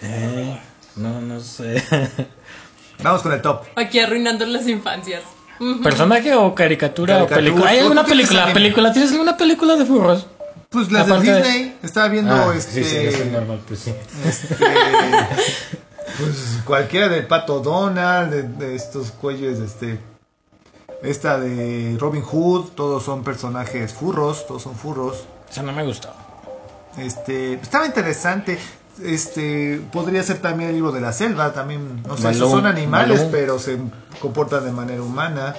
Speaker 2: Eh, no, no sé. [laughs]
Speaker 1: Vamos con el top.
Speaker 3: Aquí arruinando las infancias. Mm.
Speaker 2: ¿Personaje o caricatura,
Speaker 1: Caricatura.
Speaker 2: o película? ¿Hay
Speaker 1: ¿Tú-
Speaker 2: alguna
Speaker 1: tú tienes
Speaker 2: película?
Speaker 1: anime?
Speaker 2: película? ¿Tienes alguna película de furros?
Speaker 1: Pues las
Speaker 2: Aparte
Speaker 1: de
Speaker 2: de-
Speaker 1: Disney. Estaba viendo
Speaker 2: Ah,
Speaker 1: este.
Speaker 2: sí, sí, es el normal, pues sí.
Speaker 1: este, [laughs] pues cualquiera de Pato Donald, de, de estos cuellos, este. Esta de Robin Hood, todos son personajes furros, todos son furros.
Speaker 2: O sea, no me gustó.
Speaker 1: Este, estaba interesante. Este, podría ser también el libro de la selva, también, no sé,
Speaker 2: Baloo,
Speaker 1: esos son animales,
Speaker 2: Baloo.
Speaker 1: pero se comportan de manera humana.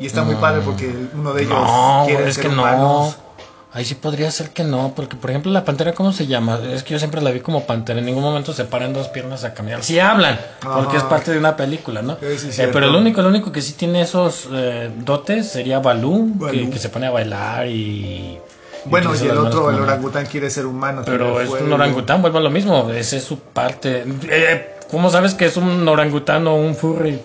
Speaker 1: Y está muy padre porque uno de ellos
Speaker 2: Mm. No,
Speaker 1: quiere
Speaker 2: güey, es
Speaker 1: ser
Speaker 2: que
Speaker 1: humanos.
Speaker 2: no. Ahí sí podría ser que no, porque por ejemplo la pantera, ¿cómo se llama? Es que yo siempre la vi como pantera, en ningún momento se paran dos piernas a caminar. Sí hablan, porque es parte de una película, ¿no?
Speaker 1: Sí, sí,
Speaker 2: Eh,
Speaker 1: cierto.
Speaker 2: pero el único, el único que sí tiene esos eh, dotes sería Balú,
Speaker 1: Balú.
Speaker 2: Que, que se pone a bailar y... y
Speaker 1: Bueno,
Speaker 2: utiliza
Speaker 1: y el
Speaker 2: las manos
Speaker 1: otro,
Speaker 2: como
Speaker 1: el
Speaker 2: una-
Speaker 1: orangután quiere ser humano.
Speaker 2: Pero
Speaker 1: quiere
Speaker 2: es un
Speaker 1: fuego.
Speaker 2: orangután, vuelvo a lo mismo, esa es su parte. Eh, ¿Cómo sabes que es un orangután o un furry?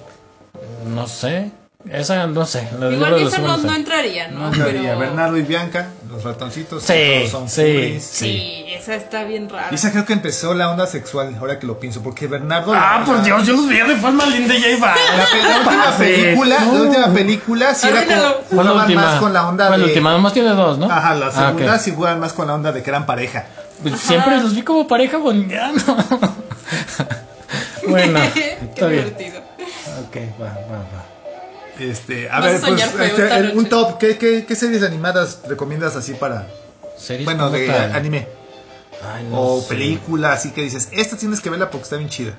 Speaker 2: No sé, esa no sé. la del libro
Speaker 3: Igual
Speaker 2: de
Speaker 3: que
Speaker 2: los
Speaker 3: esa no,
Speaker 2: furros,
Speaker 3: no entraría, ¿no?
Speaker 1: No sabía,
Speaker 3: Pero-
Speaker 1: Bernardo y Bianca, los ratoncitos.
Speaker 2: Sí,
Speaker 1: que todos son
Speaker 2: sí.
Speaker 1: furries.
Speaker 3: Sí, esa está bien rara.
Speaker 1: Y esa creo que empezó la onda sexual, ahora que lo pienso, porque Bernardo...
Speaker 2: Ah,
Speaker 1: la-
Speaker 2: por Dios, yo los veía de forma linda y
Speaker 1: [laughs]
Speaker 2: ahí va.
Speaker 1: La, pe- la última
Speaker 2: Pase.
Speaker 1: película,
Speaker 2: No.
Speaker 1: la última película, sí era
Speaker 3: Arruínalo.
Speaker 1: como
Speaker 2: ¿Cuál la
Speaker 1: jugaban
Speaker 2: última?
Speaker 1: más con la onda
Speaker 2: ¿Cuál
Speaker 1: de...
Speaker 2: la última? Nomás tiene dos, ¿no?
Speaker 1: Ajá, la
Speaker 2: Ah, ok.
Speaker 1: segunda sí jugaban más con la onda de que eran pareja.
Speaker 2: Pues siempre los vi como pareja bonita.
Speaker 1: [laughs]
Speaker 3: [laughs]
Speaker 2: bueno,
Speaker 3: Qué
Speaker 2: está bien.
Speaker 3: divertido.
Speaker 2: Ok, va, va, va.
Speaker 1: Este, a
Speaker 3: Vas a
Speaker 1: ver, pues,
Speaker 3: soñar feo
Speaker 1: este,
Speaker 3: esta
Speaker 1: el-
Speaker 3: noche.
Speaker 1: un top, ¿qué, qué, qué series animadas recomiendas así para...
Speaker 2: Series
Speaker 1: Bueno,
Speaker 2: como
Speaker 1: de
Speaker 2: tal.
Speaker 1: anime
Speaker 2: Ay, no
Speaker 1: o
Speaker 2: sé.
Speaker 1: película, así que dices, esta tienes que verla porque está bien chida.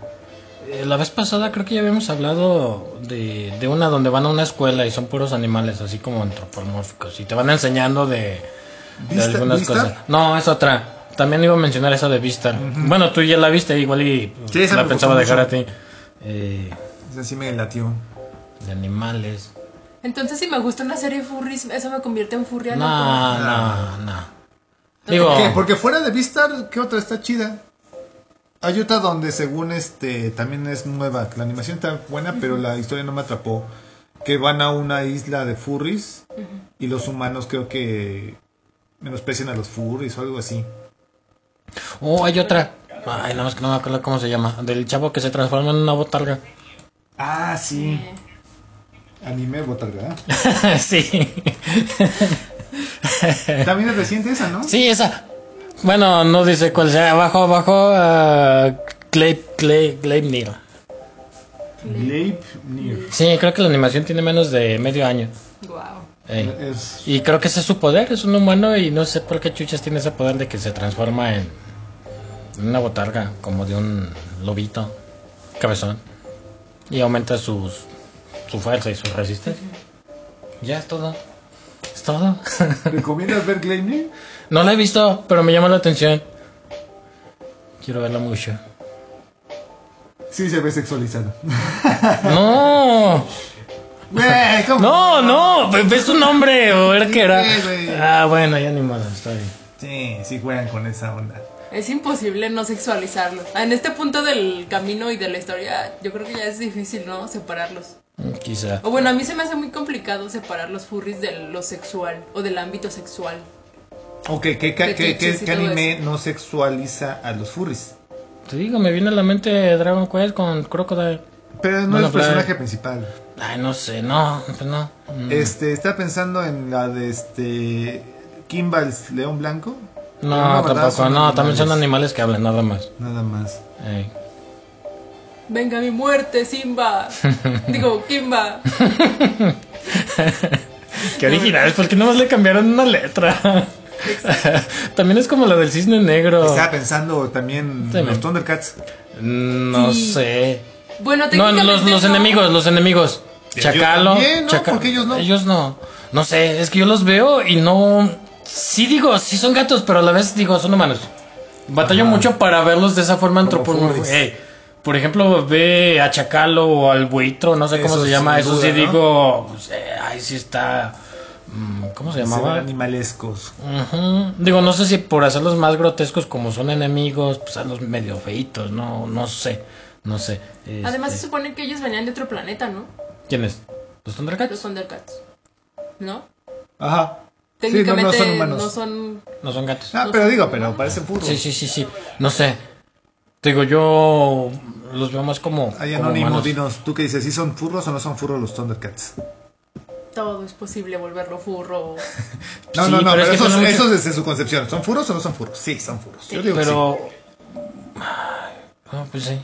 Speaker 2: Eh, La vez pasada creo que ya habíamos hablado de, de una donde van a una escuela y son puros animales así como antropomórficos y te van enseñando de, de
Speaker 1: ¿Vista-
Speaker 2: algunas
Speaker 1: Vista?
Speaker 2: cosas. No, es otra. También iba a mencionar esa de Vistar. Bueno, tú ya la viste igual y
Speaker 1: Sí, esa
Speaker 2: la
Speaker 1: me
Speaker 2: pensaba
Speaker 1: gustó
Speaker 2: dejar a
Speaker 1: mucho.
Speaker 2: ti. Eh,
Speaker 1: Esa sí me latió.
Speaker 2: de animales.
Speaker 3: Entonces, si me gusta una serie furry, eso me convierte en furry.
Speaker 2: No,
Speaker 3: a la forma.
Speaker 2: no, no. Digo,
Speaker 1: Ah. ¿Qué? Porque fuera de Vistar, ¿qué otra está chida? Hay otra donde según este también es nueva, que la animación está buena, pero la historia no me atrapó. Que van a una isla de furries y los humanos creo que menosprecien a los furries o algo así.
Speaker 2: Oh, hay otra. Ay, no, es que no me acuerdo cómo se llama. Del chavo que se transforma en una botarga. [laughs]
Speaker 1: Ah, sí. Anime
Speaker 2: [laughs]
Speaker 1: botarga.
Speaker 2: sí.
Speaker 1: También es reciente esa, ¿no?
Speaker 2: Sí, esa. Bueno, no dice cuál sea. Abajo, abajo. ah, Clay, Clay, Gleipnir.
Speaker 1: Gleipnir.
Speaker 2: Sí, creo que la animación tiene menos de medio año.
Speaker 3: Wow.
Speaker 2: Ey.
Speaker 1: Es
Speaker 2: Y creo que ese es su poder, es un humano y no sé por qué Chuchas tiene ese poder de que se transforma en en una botarga, como de un lobito, cabezón. Y aumenta sus, su fuerza y su resistencia. Ya es todo. Es todo. [laughs]
Speaker 1: ¿Recomiendas ver Gleipnir?
Speaker 2: no la he visto, pero me llama la atención. Quiero
Speaker 1: [laughs]
Speaker 2: verla mucho.
Speaker 1: Sí, se ve sexualizado. [laughs]
Speaker 2: No,
Speaker 1: Güey, ¿cómo?
Speaker 2: no, no, pues, ves un nombre o era que era.
Speaker 1: Sí, güey.
Speaker 2: Ah, bueno, ya ni modo, está bien.
Speaker 1: Sí, sí juegan con esa onda.
Speaker 3: Es imposible no sexualizarlos. En este punto del camino y de la historia, yo creo que ya es difícil, ¿no? Separarlos.
Speaker 2: Mm, Quizá.
Speaker 3: O bueno, a mí se me hace muy complicado separar los furries de lo sexual o del ámbito sexual.
Speaker 1: Ok, ¿qué, qué, qué, qué-
Speaker 3: Fetiches y
Speaker 1: qué
Speaker 3: todo
Speaker 1: anime no sexualiza a los furries?
Speaker 2: Te digo, me viene a la mente Dragon Quest con Crocodile.
Speaker 1: Pero no,
Speaker 2: No,
Speaker 1: es
Speaker 2: no,
Speaker 1: el
Speaker 2: pero-
Speaker 1: personaje principal.
Speaker 2: Ay, no sé, no, pues no. Mm,
Speaker 1: Este, está pensando en la de este. Kimball's León Blanco. Pero
Speaker 2: No,
Speaker 1: ¿verdad?
Speaker 2: tampoco,
Speaker 1: Son
Speaker 2: no, también son
Speaker 1: animales.
Speaker 2: animales que hablan, nada más.
Speaker 1: Nada más.
Speaker 2: Ey.
Speaker 3: Venga mi
Speaker 2: [laughs]
Speaker 3: muerte, Simba. Digo, Kimba.
Speaker 2: Qué original, porque nomás le cambiaron una letra. [laughs] también es como la del cisne negro.
Speaker 1: Estaba pensando también
Speaker 2: Oh. Sí,
Speaker 1: en los
Speaker 2: man.
Speaker 1: Thundercats.
Speaker 2: No
Speaker 3: Sí.
Speaker 2: sé.
Speaker 3: Bueno,
Speaker 2: No,
Speaker 3: técnicamente
Speaker 2: los, los enemigos, los enemigos.
Speaker 1: Ellos
Speaker 2: Chacalo.
Speaker 1: también, ¿no?
Speaker 2: chaca-
Speaker 1: Porque ellos no.
Speaker 2: Ellos no. No sé, es que yo los veo y no. Sí digo, sí son gatos, pero a la vez digo, son humanos. Batallo mucho para verlos de esa forma
Speaker 1: Como
Speaker 2: antropomorfa.
Speaker 1: furries.
Speaker 2: Ey, Por ejemplo, ve a Chacalo o al buitro, no sé cómo
Speaker 1: Eso
Speaker 2: se llama.
Speaker 1: sin
Speaker 2: Eso
Speaker 1: duda,
Speaker 2: sí
Speaker 1: ¿no?
Speaker 2: digo, pues, eh, ahí sí está. mm, ¿Cómo se
Speaker 1: Se ven
Speaker 2: llamaba?
Speaker 1: animalescos.
Speaker 2: Ujú. Digo, no sé si por hacerlos más grotescos como son enemigos, pues a los medio feitos, no, no sé, no sé. Este,
Speaker 3: Además se supone que ellos venían de otro planeta, ¿no?
Speaker 2: ¿Quién es? ¿Los
Speaker 3: Los
Speaker 2: Thundercats?
Speaker 3: Thundercats. ¿No?
Speaker 1: Ajá. Sí, no, no
Speaker 3: Técnicamente
Speaker 1: son humanos.
Speaker 3: no son
Speaker 2: No son gatos.
Speaker 1: Ah, pero digo, pero parecen furros.
Speaker 2: Sí, sí, sí, sí. No sé. Digo, yo los veo más como.
Speaker 1: Hay
Speaker 2: como
Speaker 1: anónimo,
Speaker 2: humanos.
Speaker 1: dinos, ¿tú qué dices? ¿Sí son furros o no son furros los Thundercats?
Speaker 3: Todo es posible volverlo furro.
Speaker 1: No,
Speaker 2: Sí,
Speaker 1: no, no,
Speaker 2: pero
Speaker 1: pero,
Speaker 2: es que
Speaker 1: eso,
Speaker 2: son mucho-
Speaker 1: eso es desde su concepción. ¿Son furros o no son furros? Sí, son furros. Yo digo que
Speaker 2: Pero. Ah, pues sí.
Speaker 1: sí.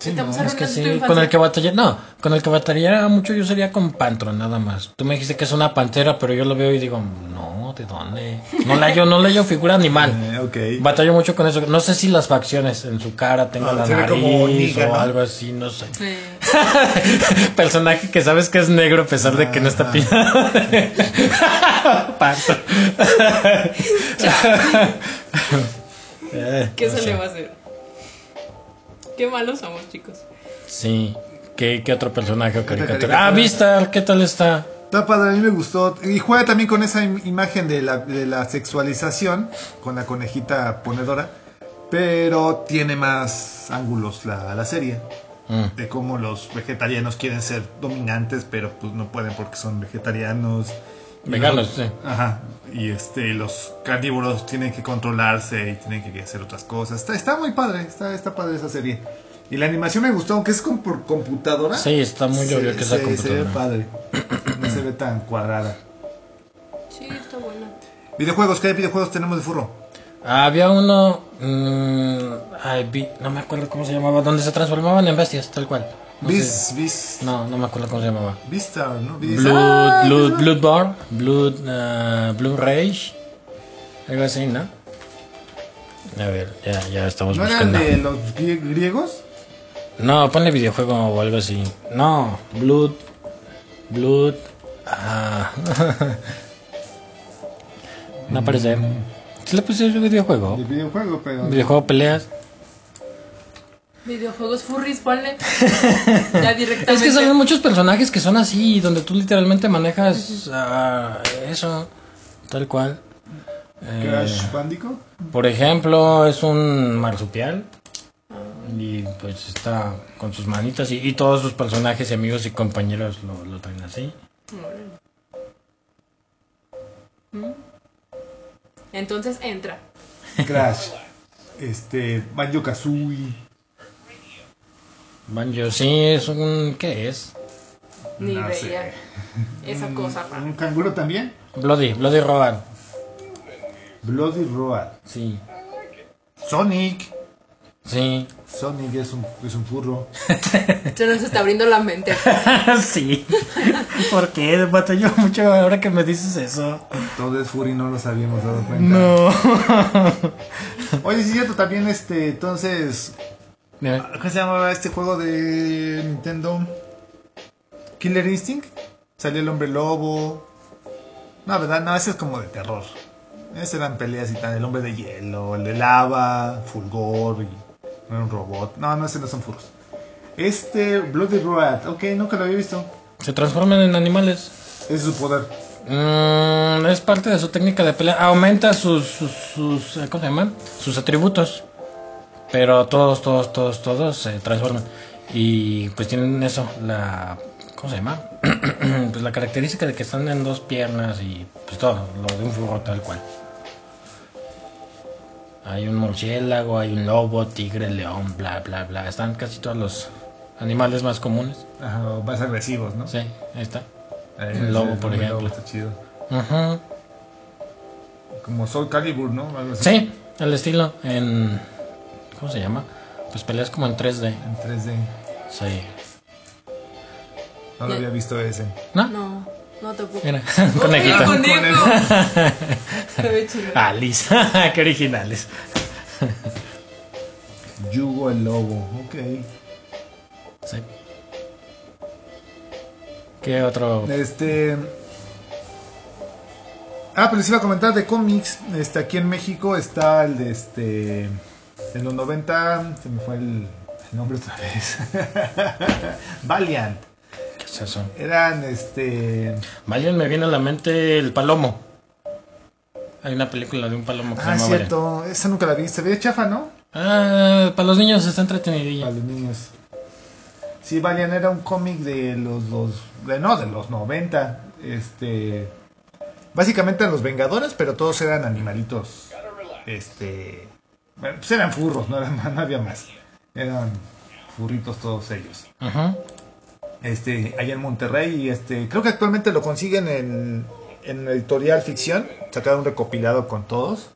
Speaker 1: Sí,
Speaker 3: Estamos
Speaker 1: ¿no?
Speaker 2: Es que
Speaker 3: arruinando
Speaker 2: sí,
Speaker 3: tu infancia.
Speaker 2: con el que batalla, no, con el que batallaría mucho yo sería con Pantro, nada más. Tú me dijiste que es una pantera, pero yo lo veo y digo, no, ¿de dónde? No la yo, no le hallo figura animal.
Speaker 1: [laughs] Eh, ok.
Speaker 2: Batallo mucho con eso. No sé si las facciones en su cara tenga
Speaker 1: Ah,
Speaker 2: la
Speaker 1: se ve
Speaker 2: nariz
Speaker 1: como Niga,
Speaker 2: o
Speaker 1: ¿no?
Speaker 2: algo así, no sé.
Speaker 3: Eh,
Speaker 2: [laughs] Personaje que sabes que es negro a pesar de que no está pintado. Pantro. Eh,
Speaker 3: ¿Qué
Speaker 2: no
Speaker 3: se
Speaker 2: sé.
Speaker 3: le va a hacer? Qué malos somos, chicos.
Speaker 2: Sí. ¿Qué, qué otro personaje o
Speaker 1: caricatura.
Speaker 2: caricatura? Ah, Vistar, ¿qué tal está?
Speaker 1: Está padre, a mí me gustó. Y juega también con esa im- imagen de la, de la sexualización, con la conejita ponedora, pero tiene más ángulos la, la serie.
Speaker 2: Mm.
Speaker 1: De cómo los vegetarianos quieren ser dominantes, pero pues no pueden porque son vegetarianos. Y
Speaker 2: Veganos,
Speaker 1: los-
Speaker 2: sí.
Speaker 1: Ajá. Y este, los carnívoros tienen que controlarse y tienen que hacer otras cosas. Está, está muy padre, está, está padre esa serie. Y la animación me gustó, aunque es con, por computadora.
Speaker 2: Sí, está muy
Speaker 1: Se-
Speaker 2: obvio que esa
Speaker 1: se, se ve
Speaker 2: computadora.
Speaker 1: padre. No se ve tan cuadrada.
Speaker 3: Sí, está buena.
Speaker 1: Videojuegos, ¿qué videojuegos tenemos de furro?
Speaker 2: Había uno. mm, ay, vi- no me acuerdo cómo se llamaba. Donde se transformaban en bestias, tal cual. No, sé.
Speaker 1: Beast, Beast,
Speaker 2: no, no me acuerdo cómo se llamaba.
Speaker 1: Beastar, ¿no? Beast-
Speaker 2: Blood, Blood, Blood Bar, Blood, ah, Blue Rage. Algo así, ¿no? A ver, ya, ya estamos
Speaker 1: ¿No eran
Speaker 2: buscando.
Speaker 1: de los grie- griegos?
Speaker 2: No, ponle videojuego o algo así. No, Blood. Blood. Ah. [laughs] no aparece. ¿Sí le puse videojuego?
Speaker 1: De videojuego, pero.
Speaker 2: Videojuego peleas.
Speaker 3: Videojuegos furries,
Speaker 2: [laughs]
Speaker 3: ponle. Ya directamente.
Speaker 2: Es que salen muchos personajes que son así, donde tú literalmente manejas ah, eso, tal cual. Eh,
Speaker 1: Crash
Speaker 2: [laughs]
Speaker 1: Bandicoot.
Speaker 2: por ejemplo, es un marsupial. Y pues está con sus manitas y, y todos sus personajes y amigos y compañeros lo, lo traen así.
Speaker 3: Entonces entra.
Speaker 1: Crash. este, Banjo Kazooie.
Speaker 2: Banjo, sí, es un. ¿Qué es?
Speaker 3: Ni
Speaker 1: No sé.
Speaker 3: veía esa cosa
Speaker 2: [laughs]
Speaker 3: rara.
Speaker 1: ¿Un canguro también?
Speaker 2: Bloody, Bloody Roar.
Speaker 1: Bloody Roar.
Speaker 2: Sí,
Speaker 1: Sonic.
Speaker 2: sí.
Speaker 1: Sonic es un, es un furro.
Speaker 3: Se nos está abriendo la mente.
Speaker 2: [laughs] sí. ¿Por qué? Batallo mucho ahora que me dices eso.
Speaker 1: Todo es Fury, no nos habíamos dado cuenta.
Speaker 2: No.
Speaker 1: Oye, sí, cierto, también este, entonces,
Speaker 2: [laughs] Mira,
Speaker 1: ¿Cómo se llamaba este juego de Nintendo? Killer Instinct. Salió el hombre lobo. No, ¿verdad? No, ese es como de terror. Ese eran peleas y tal. El hombre de hielo, el de lava, Fulgor. Y no era un robot. No, no, ese no son furros. Este Bloody Road. Ok, nunca lo había visto.
Speaker 2: se transforman en animales.
Speaker 1: Ese es su poder.
Speaker 2: Mm, es parte de su técnica de pelea. Aumenta sus, sus, sus, eh, ¿Cómo se llama? Sus atributos. Pero todos, todos, todos, todos se transforman. Y pues tienen eso, la. ¿Cómo se llama? [clears throat] pues la característica de que están en dos piernas y pues todo, lo de un furro tal cual. Hay un murciélago, hay un lobo, tigre, león, bla, bla, bla. Están casi todos los animales más comunes.
Speaker 1: Ajá, o más agresivos, ¿no?
Speaker 2: Sí, ahí está.
Speaker 1: Eh,
Speaker 2: El lobo,
Speaker 1: ese
Speaker 2: por
Speaker 1: hombre
Speaker 2: ejemplo.
Speaker 1: está chido.
Speaker 2: Ajá.
Speaker 1: Como Soul Calibur, ¿no? Algo así.
Speaker 2: Sí, el estilo en... ¿Cómo se llama? Pues peleas como en 3D.
Speaker 1: En 3D.
Speaker 2: Sí.
Speaker 1: No lo había visto ese.
Speaker 2: ¿No?
Speaker 3: No, no tampoco.
Speaker 2: Mira, [laughs]
Speaker 3: ¡Uy,
Speaker 2: conejito.
Speaker 3: el conejo!
Speaker 1: Con
Speaker 3: Se ve chido.
Speaker 2: Ah, Liz. [laughs] Qué originales.
Speaker 1: Yugo el lobo. Ok.
Speaker 2: Sí. ¿Qué otro?
Speaker 1: Este. Ah, pero les iba a comentar de cómics. Este, aquí en México está el de este. En los 90 se me fue el, el nombre otra vez. [laughs] Valiant.
Speaker 2: ¿Qué es eso?
Speaker 1: Eran este.
Speaker 2: Valiant me viene a la mente el palomo. Hay una película de un palomo que
Speaker 1: Ah,
Speaker 2: se llama Valiant.
Speaker 1: cierto. Esa nunca la vi. Se veía chafa, ¿no?
Speaker 2: Ah, para los niños está entretenidilla.
Speaker 1: Para los niños. Sí, Valiant era un cómic de los dos. De, no, de los 90. Este. Básicamente eran los Vengadores, pero todos eran animalitos. Este. Bueno, pues eran furros, no, era- [laughs] no había más. Eran furritos todos ellos.
Speaker 2: Ajá.
Speaker 1: Este, allá en Monterrey. Y este. Creo que actualmente lo consiguen en. En editorial ficción. Sacaron un recopilado con todos.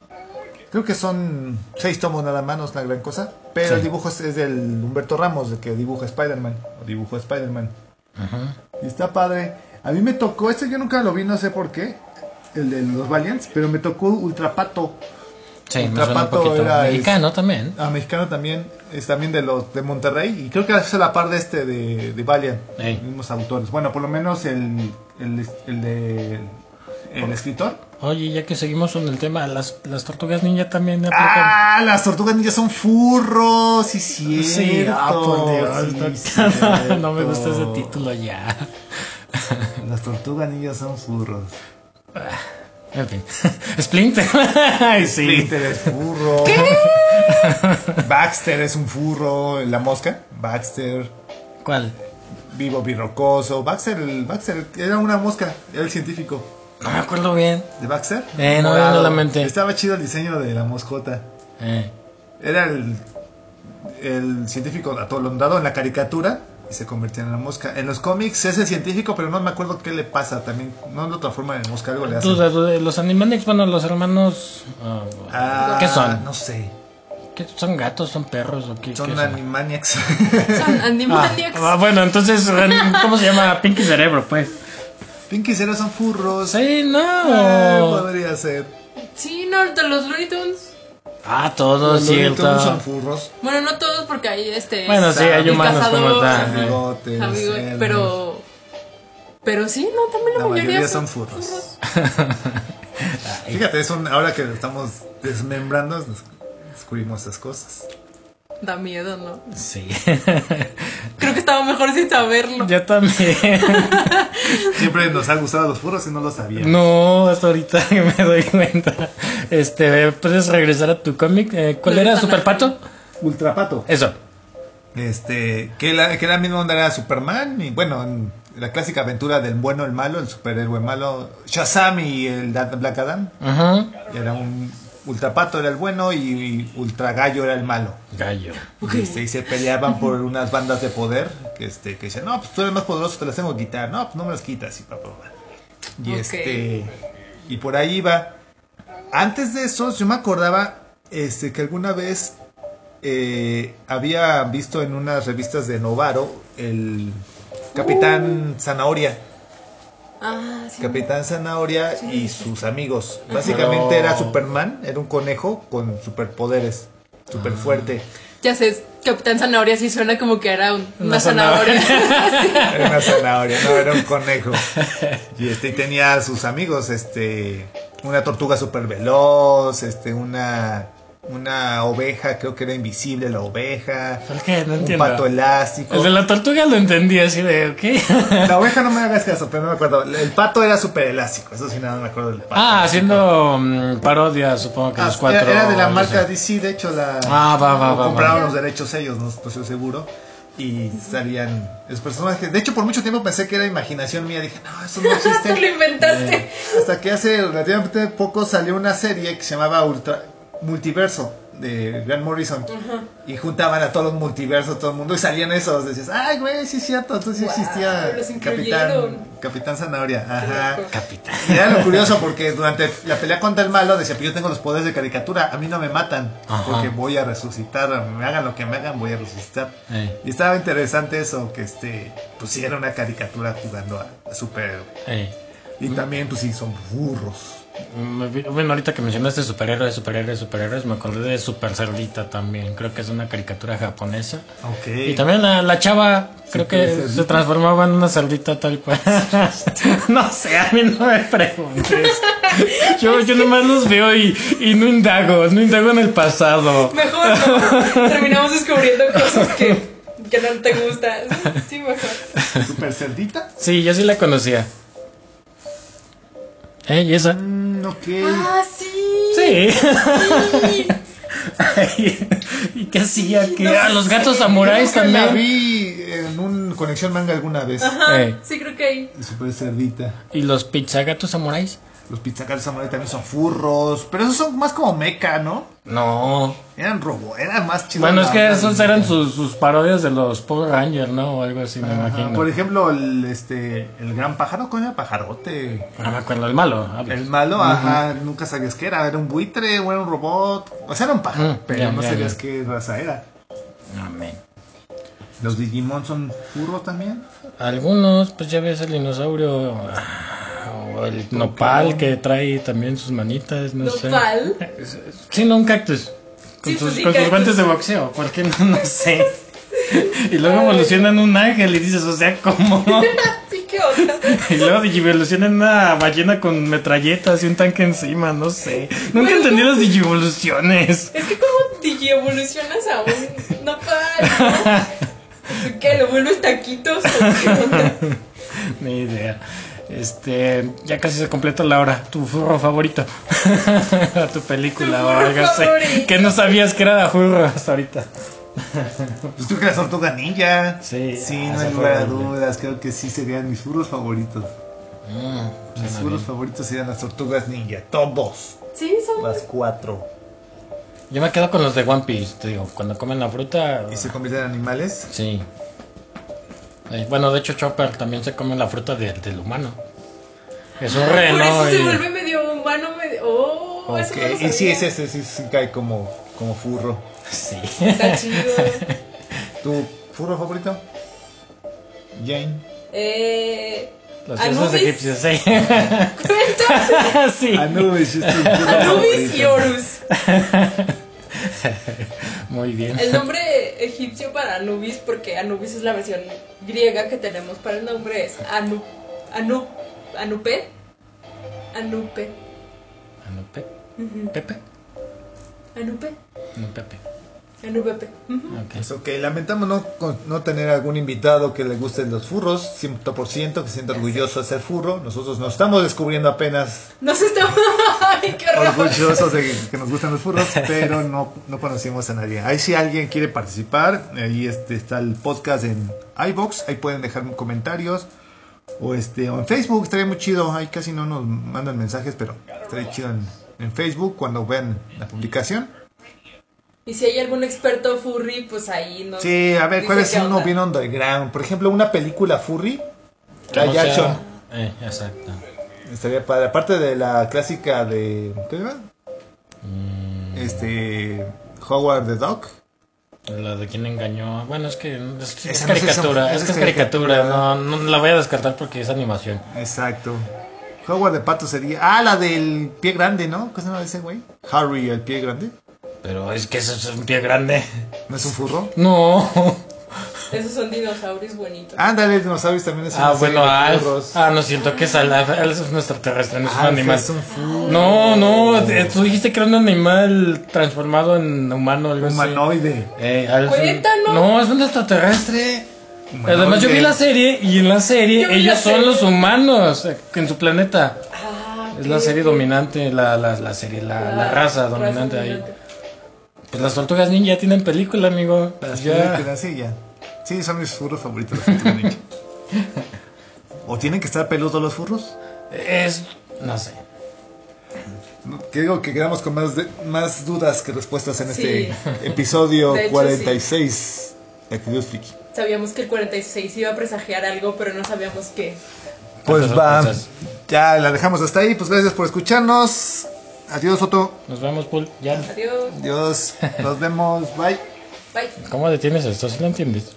Speaker 1: Creo que son seis tomos nada más, no es una gran cosa. Pero
Speaker 2: Sí.
Speaker 1: el dibujo es, es del Humberto Ramos, el que dibuja Spider-Man. O dibujó Spider-Man.
Speaker 2: Ajá.
Speaker 1: Y está padre. A mí me tocó, este yo nunca lo vi, no sé por qué, el de los Valiants, pero me tocó Ultrapato.
Speaker 2: Sí, me suena un
Speaker 1: Ultrapato
Speaker 2: poquito.
Speaker 1: era el-
Speaker 2: Mexicano también.
Speaker 1: A mexicano también, es también de los de Monterrey. Y creo que es a la par de este de, de Valiant.
Speaker 2: Ey.
Speaker 1: Los mismos autores. Bueno, por lo menos el, el, el de. El escritor.
Speaker 2: Oye, ya que seguimos con el tema, las, las tortugas ninja también aplican.
Speaker 1: ¡Ah! Las tortugas ninja son furros. Sí, cierto.
Speaker 2: Sí, ah, por
Speaker 1: sí,
Speaker 2: Dios, no,
Speaker 1: cierto.
Speaker 2: no me
Speaker 1: [laughs]
Speaker 2: gusta ese título ya.
Speaker 1: Las tortugas ninja son furros.
Speaker 2: En fin, [laughs] Splinter. [laughs] Ay, sí.
Speaker 1: Splinter es furro. [laughs] Baxter es un furro. La mosca. Baxter.
Speaker 2: ¿Cuál?
Speaker 1: Vivo Birrocoso. Baxter, el- Baxter era una mosca. Era el científico.
Speaker 2: No me acuerdo bien.
Speaker 1: ¿De Baxter?
Speaker 2: Eh, no,
Speaker 1: Morado.
Speaker 2: no la mente.
Speaker 1: Estaba chido el diseño de la moscota.
Speaker 2: Eh,
Speaker 1: Era el, el científico atolondrado en la caricatura y se convertía en la mosca. En los cómics es el científico, pero no me acuerdo qué le pasa también. No lo transforman en mosca, algo le hacen.
Speaker 2: duda, duda, los Animaniacs, bueno, los hermanos. ah,
Speaker 1: Ah,
Speaker 2: ¿Qué son?
Speaker 1: No sé.
Speaker 2: ¿Qué- ¿Son gatos? ¿Son perros? ¿O qué, qué
Speaker 1: Son
Speaker 2: son?
Speaker 1: animaniacs. [laughs]
Speaker 3: Son
Speaker 2: [laughs] Ah,
Speaker 3: Animaniacs.
Speaker 2: ah, bueno, entonces, ¿cómo se llama? Pinky Cerebro, pues.
Speaker 1: Pinky Cero son furros.
Speaker 2: Sí,
Speaker 1: Eh,
Speaker 2: no.
Speaker 1: podría ser.
Speaker 3: Sí, no, de los Looney Tunes.
Speaker 2: Ah, todo
Speaker 1: Los Looney Tunes son
Speaker 2: cierto.
Speaker 1: furros.
Speaker 3: Bueno, no todos porque hay este.
Speaker 2: Bueno, sí, hay
Speaker 3: el
Speaker 2: humanos como
Speaker 3: cazador,
Speaker 2: tal.
Speaker 3: ajá,
Speaker 1: Bigotes,
Speaker 3: amigo,
Speaker 1: cerdos.
Speaker 3: pero. Pero sí, no, también la,
Speaker 1: La
Speaker 3: mayoría,
Speaker 1: mayoría son furros. Fíjate, es un- ahora que lo estamos desmembrando, nos- descubrimos esas cosas.
Speaker 3: Da miedo, ¿no?
Speaker 2: Sí. [laughs]
Speaker 3: Creo que estaba mejor sin saberlo.
Speaker 2: Yo también.
Speaker 1: Siempre nos han gustado los furros y no lo sabíamos.
Speaker 2: No, hasta ahorita [laughs] que me doy cuenta. Este, puedes regresar a tu cómic. Eh, ¿Cuál
Speaker 3: No
Speaker 2: era?
Speaker 3: está nada.
Speaker 2: ¿Superpato?
Speaker 1: Ultrapato.
Speaker 2: Eso.
Speaker 1: Este, que la, que la misma onda era Superman y bueno, en la clásica aventura del bueno, el malo, el superhéroe malo, Shazam y el Da- Black Adam.
Speaker 2: Ajá.
Speaker 1: Era un ultrapato era el bueno y ultra gallo era el malo.
Speaker 2: Gallo.
Speaker 1: Y, este, y se peleaban por unas bandas de poder que, este, que decían, no, pues tú eres más poderoso, te las tengo que quitar. No, pues no me las quitas. Y, pa, pa, pa. y
Speaker 3: Ok.
Speaker 1: este y por ahí iba. Antes de eso, yo me acordaba este, que alguna vez eh, había visto en unas revistas de Novaro el Capitán Zanahoria.
Speaker 3: Ah, Uh. sí.
Speaker 1: Capitán Zanahoria y sus amigos.
Speaker 2: Pero-
Speaker 1: Básicamente era Superman, era un conejo con superpoderes, super fuerte.
Speaker 3: Ya sé, Capitán Zanahoria sí suena como que era un-
Speaker 2: Una
Speaker 3: una zanahoria.
Speaker 1: Era una zanahoria, no, era un conejo. Y este y tenía a sus amigos, este, una tortuga super veloz, este, una, una oveja, creo que era invisible la oveja,
Speaker 2: ¿Por qué? No
Speaker 1: un
Speaker 2: entiendo.
Speaker 1: pato elástico.
Speaker 2: El de la tortuga lo entendí así de, ok.
Speaker 1: La oveja no me hagas caso, pero no me acuerdo. El pato era super elástico, eso sí, nada, no me acuerdo del pato.
Speaker 2: [laughs] Ah, haciendo mm, parodia, supongo que
Speaker 1: Ah,
Speaker 2: los cuatro.
Speaker 1: era, era de la
Speaker 2: algo
Speaker 1: marca
Speaker 2: así.
Speaker 1: DC, de hecho la
Speaker 2: Ah, va, va,
Speaker 1: lo
Speaker 2: va,
Speaker 1: compraron
Speaker 2: va.
Speaker 1: los derechos ellos, no estoy seguro. Y salían los personajes. De hecho, por mucho tiempo pensé que era imaginación mía. Dije, no, eso no
Speaker 2: [laughs]
Speaker 3: Te [laughs] lo
Speaker 1: existe.
Speaker 3: inventaste.
Speaker 1: Hasta que hace relativamente poco salió una serie que se llamaba Ultra Multiverso de Grant Morrison. Y juntaban a todos los multiversos, todo el mundo. Y salían esos. Decías, ay, güey, sí es cierto. Entonces sí
Speaker 3: Guau,
Speaker 1: existía
Speaker 3: los incluyeron.
Speaker 1: Capitán, Capitán Zanahoria. Ajá.
Speaker 3: loco.
Speaker 2: Capitán.
Speaker 1: Y era lo curioso porque durante la pelea contra el malo decía, "Pues yo tengo los poderes de caricatura, a mí no me matan,
Speaker 2: Ajá.
Speaker 1: porque voy a resucitar, me hagan lo que me hagan, voy a resucitar.
Speaker 2: Ey,
Speaker 1: Y estaba interesante eso, que este, pues sí era una caricatura jugando a, a superhéroe.
Speaker 2: ey.
Speaker 1: Y también, pues sí, son burros.
Speaker 2: Me vi- Bueno, ahorita que mencionaste superhéroes, superhéroes, superhéroes, me acordé de Super Cerdita también. Creo que es una caricatura japonesa.
Speaker 1: Ok.
Speaker 2: Y también la, la chava, creo
Speaker 1: Super
Speaker 2: que
Speaker 1: Cerdita.
Speaker 2: se transformaba en una cerdita tal cual. [laughs] no sé, a mí no me preguntes. Yo, yo nomás los veo y, y no indago, no indago en el pasado. [laughs]
Speaker 3: Mejor no. terminamos descubriendo cosas que, que no te gustan. Sí, mejor.
Speaker 1: [laughs] ¿Super cerdita?
Speaker 2: Sí, yo sí la conocía. ¿Eh? ¿Y esa?
Speaker 1: Mm, ok.
Speaker 3: Ah, sí.
Speaker 2: Sí. [laughs]
Speaker 3: Sí.
Speaker 2: Ay, ¿Y qué hacía? ¿Qué?
Speaker 3: No
Speaker 2: Ah,
Speaker 3: sé.
Speaker 2: los gatos
Speaker 1: Creo
Speaker 2: samuráis
Speaker 1: que la
Speaker 2: también.
Speaker 1: vi en un conexión manga alguna vez.
Speaker 3: Ajá,
Speaker 2: Ey.
Speaker 3: sí, creo que ahí.
Speaker 1: Super cerdita.
Speaker 2: ¿Y los pizza gatos samuráis?
Speaker 1: Los pizzacales samurai también son furros. Pero esos son más como meca, ¿no?
Speaker 2: No.
Speaker 1: Eran robo, eran más chidos.
Speaker 2: Bueno, es
Speaker 1: la
Speaker 2: que
Speaker 1: verdad.
Speaker 2: esos eran sus, sus parodias de los Power Rangers, ¿no? O algo así, me
Speaker 1: Ajá, Ah, Por
Speaker 2: imagino.
Speaker 1: ejemplo, el, este, el gran pájaro, coño, pajarote.
Speaker 2: No me acuerdo, el malo. habla.
Speaker 1: El malo, ajá, nunca sabías qué era. Era un buitre o era un robot. O sea, era un pájaro,
Speaker 2: Mm,
Speaker 1: pero
Speaker 2: ya,
Speaker 1: no
Speaker 2: ya,
Speaker 1: sabías
Speaker 2: ya.
Speaker 1: qué raza era.
Speaker 2: Amén.
Speaker 1: Los Digimon son furros también.
Speaker 2: Algunos, pues ya ves el dinosaurio. ah, O el nopal que trae también sus manitas, no sé.
Speaker 3: Nopal. [laughs]
Speaker 2: Sí, no, un cactus. Con,
Speaker 3: Sí,
Speaker 2: sus,
Speaker 3: pues sí,
Speaker 2: con sus
Speaker 3: cactus.
Speaker 2: guantes de boxeo, porque no, [laughs] no
Speaker 3: [laughs]
Speaker 2: sé. Y luego evolucionan un ángel y dices, o sea, ¿cómo? [laughs]
Speaker 3: Sí, qué onda.
Speaker 2: Y luego digievolucionan una ballena con metralletas y un tanque encima, no sé. Nunca
Speaker 3: Bueno,
Speaker 2: entendí las digievoluciones.
Speaker 3: Es que como digievolucionas a un nopal. ¿no? ¿Qué? ¿Lo vuelves taquitos? o qué onda?
Speaker 2: Ni idea. Este, ya casi se completa la hora. Tu furro favorito. [laughs] tu película
Speaker 3: Tu
Speaker 2: o
Speaker 3: furro
Speaker 2: algo así.
Speaker 3: favorito.
Speaker 2: Que no sabías que era de furro hasta ahorita.
Speaker 1: Pues creo que la tortuga ninja.
Speaker 2: Sí, ah,
Speaker 1: no
Speaker 2: esa
Speaker 1: hay
Speaker 2: fue
Speaker 1: lugar a
Speaker 2: horrible.
Speaker 1: dudas. Creo que sí serían mis furros favoritos. Mis furros favoritos serían las tortugas ninja. Todos.
Speaker 3: Sí, son.
Speaker 1: Las cuatro.
Speaker 2: Yo me quedo con los de One Piece, te digo. Cuando comen la fruta.
Speaker 1: ¿Y se convierten en animales?
Speaker 2: Sí. Eh, Bueno, de hecho, Chopper también se come la fruta de- del humano. Es un
Speaker 3: Por
Speaker 2: reno.
Speaker 3: eso
Speaker 2: y-
Speaker 3: se vuelve medio humano, medio. Oh, eso
Speaker 1: Ok,
Speaker 3: no lo
Speaker 1: Y sí,
Speaker 3: sabía.
Speaker 1: ese, ese sí, sí cae como, como furro.
Speaker 2: Sí.
Speaker 3: [laughs] Está chido.
Speaker 1: ¿Tu furro favorito? Jane.
Speaker 3: Eh.
Speaker 2: Los dioses
Speaker 3: Anubis.
Speaker 2: egipcios, sí. [laughs]
Speaker 3: Cuenta.
Speaker 2: sí.
Speaker 1: Anubis es tu
Speaker 3: [laughs]
Speaker 1: furro
Speaker 3: [laughs] Anubis y
Speaker 1: favorito.
Speaker 3: Horus.
Speaker 2: Muy bien.
Speaker 3: El nombre egipcio para Anubis, porque Anubis es la versión griega que tenemos para el nombre, es Anu, Anu, Anupe. Anupe.
Speaker 2: Anupe. Ah, Pepe.
Speaker 3: Anupe.
Speaker 2: No, Pepe.
Speaker 3: Anupepe. Ujú.
Speaker 2: Ok.
Speaker 1: Pues ok, lamentamos no, con- no tener algún invitado que le gusten los furros, 100% que se sienta orgulloso de ser furro. Nosotros nos estamos descubriendo apenas
Speaker 3: Nos estamos. [laughs] Ay, qué horror.
Speaker 2: pues
Speaker 1: orgullosos
Speaker 2: [laughs]
Speaker 1: de que nos gustan los furros, pero no, no conocimos a nadie. Ahí si alguien quiere participar, ahí este, está el podcast en iBox, ahí pueden dejar comentarios. O este, o en Facebook, estaría muy chido. Ahí casi no nos mandan mensajes, pero estaría chido en, en Facebook cuando vean la publicación.
Speaker 3: Y si hay algún experto furry, pues ahí no.
Speaker 1: Sí, a ver, ¿cuál es
Speaker 3: dice qué
Speaker 1: uno
Speaker 3: onda.
Speaker 1: bien underground? Por ejemplo, una película furry,
Speaker 2: Que no
Speaker 1: live
Speaker 2: sea-
Speaker 1: action.
Speaker 2: Eh, exacto.
Speaker 1: Estaría padre. Aparte de la clásica de. ¿Qué se llama?
Speaker 2: Mm.
Speaker 1: Este. Howard the Dog.
Speaker 2: La de quién engañó. Bueno, es que es, es
Speaker 1: Esa no es
Speaker 2: caricatura.
Speaker 1: esa-
Speaker 2: es que es
Speaker 1: esa es
Speaker 2: caricatura.
Speaker 1: caricatura.
Speaker 2: No, no la voy a descartar porque es animación.
Speaker 1: Exacto. Howard de Pato sería. Ah, la del pie grande, ¿no? ¿Qué se llama ese güey? Harry, el pie grande.
Speaker 2: Pero es que eso es un
Speaker 1: [laughs]
Speaker 2: pie grande.
Speaker 1: ¿No es un furro?
Speaker 2: No.
Speaker 3: Esos son dinosaurios bonitos.
Speaker 1: Ándale, dinosaurios también es
Speaker 2: Ah,
Speaker 1: una serie
Speaker 2: bueno,
Speaker 1: de
Speaker 2: Alf.
Speaker 1: furros.
Speaker 2: Ah, no siento que es Alf. Alf es un extraterrestre, no es un
Speaker 1: Alf
Speaker 2: animal.
Speaker 1: es un furro.
Speaker 2: No, no. eh, Tú dijiste que era un animal transformado en humano. Algo así.
Speaker 1: Humanoide.
Speaker 2: Eh, Alf-
Speaker 3: Cuéntalo.
Speaker 2: No, es un extraterrestre.
Speaker 1: Humanoide.
Speaker 2: Además, yo vi la serie y en la serie
Speaker 3: Yo vi la
Speaker 2: ellos son
Speaker 3: serie.
Speaker 2: los humanos eh, en su planeta.
Speaker 3: Ah,
Speaker 2: Es la
Speaker 3: ok. Ah,
Speaker 2: serie dominante, la, la, la serie, la, la raza dominante ahí.
Speaker 3: dominante.
Speaker 2: Pues las tortugas ninja tienen película, amigo.
Speaker 1: Las
Speaker 2: Ya.
Speaker 1: películas, sí, ya. Sí, son mis furros favoritos. los que tú me has dicho. ¿O tienen que estar peludos los furros?
Speaker 2: Es. No sé.
Speaker 1: No, Que digo que quedamos con más, de- más dudas que respuestas en
Speaker 3: Sí.
Speaker 1: este episodio
Speaker 3: De hecho,
Speaker 1: 46 de Actitud Friki.
Speaker 3: Sabíamos que el 46 iba a presagiar algo, pero no sabíamos qué.
Speaker 1: Pues
Speaker 2: Tantas
Speaker 1: va.
Speaker 2: sorpresas.
Speaker 1: Ya la dejamos hasta ahí. Pues gracias por escucharnos. Adiós, Otto.
Speaker 2: Nos vemos, Paul. Ya. [laughs]
Speaker 3: Adiós.
Speaker 1: Dios, nos vemos, bye.
Speaker 3: Bye.
Speaker 2: ¿Cómo detienes esto? Si lo entiendes.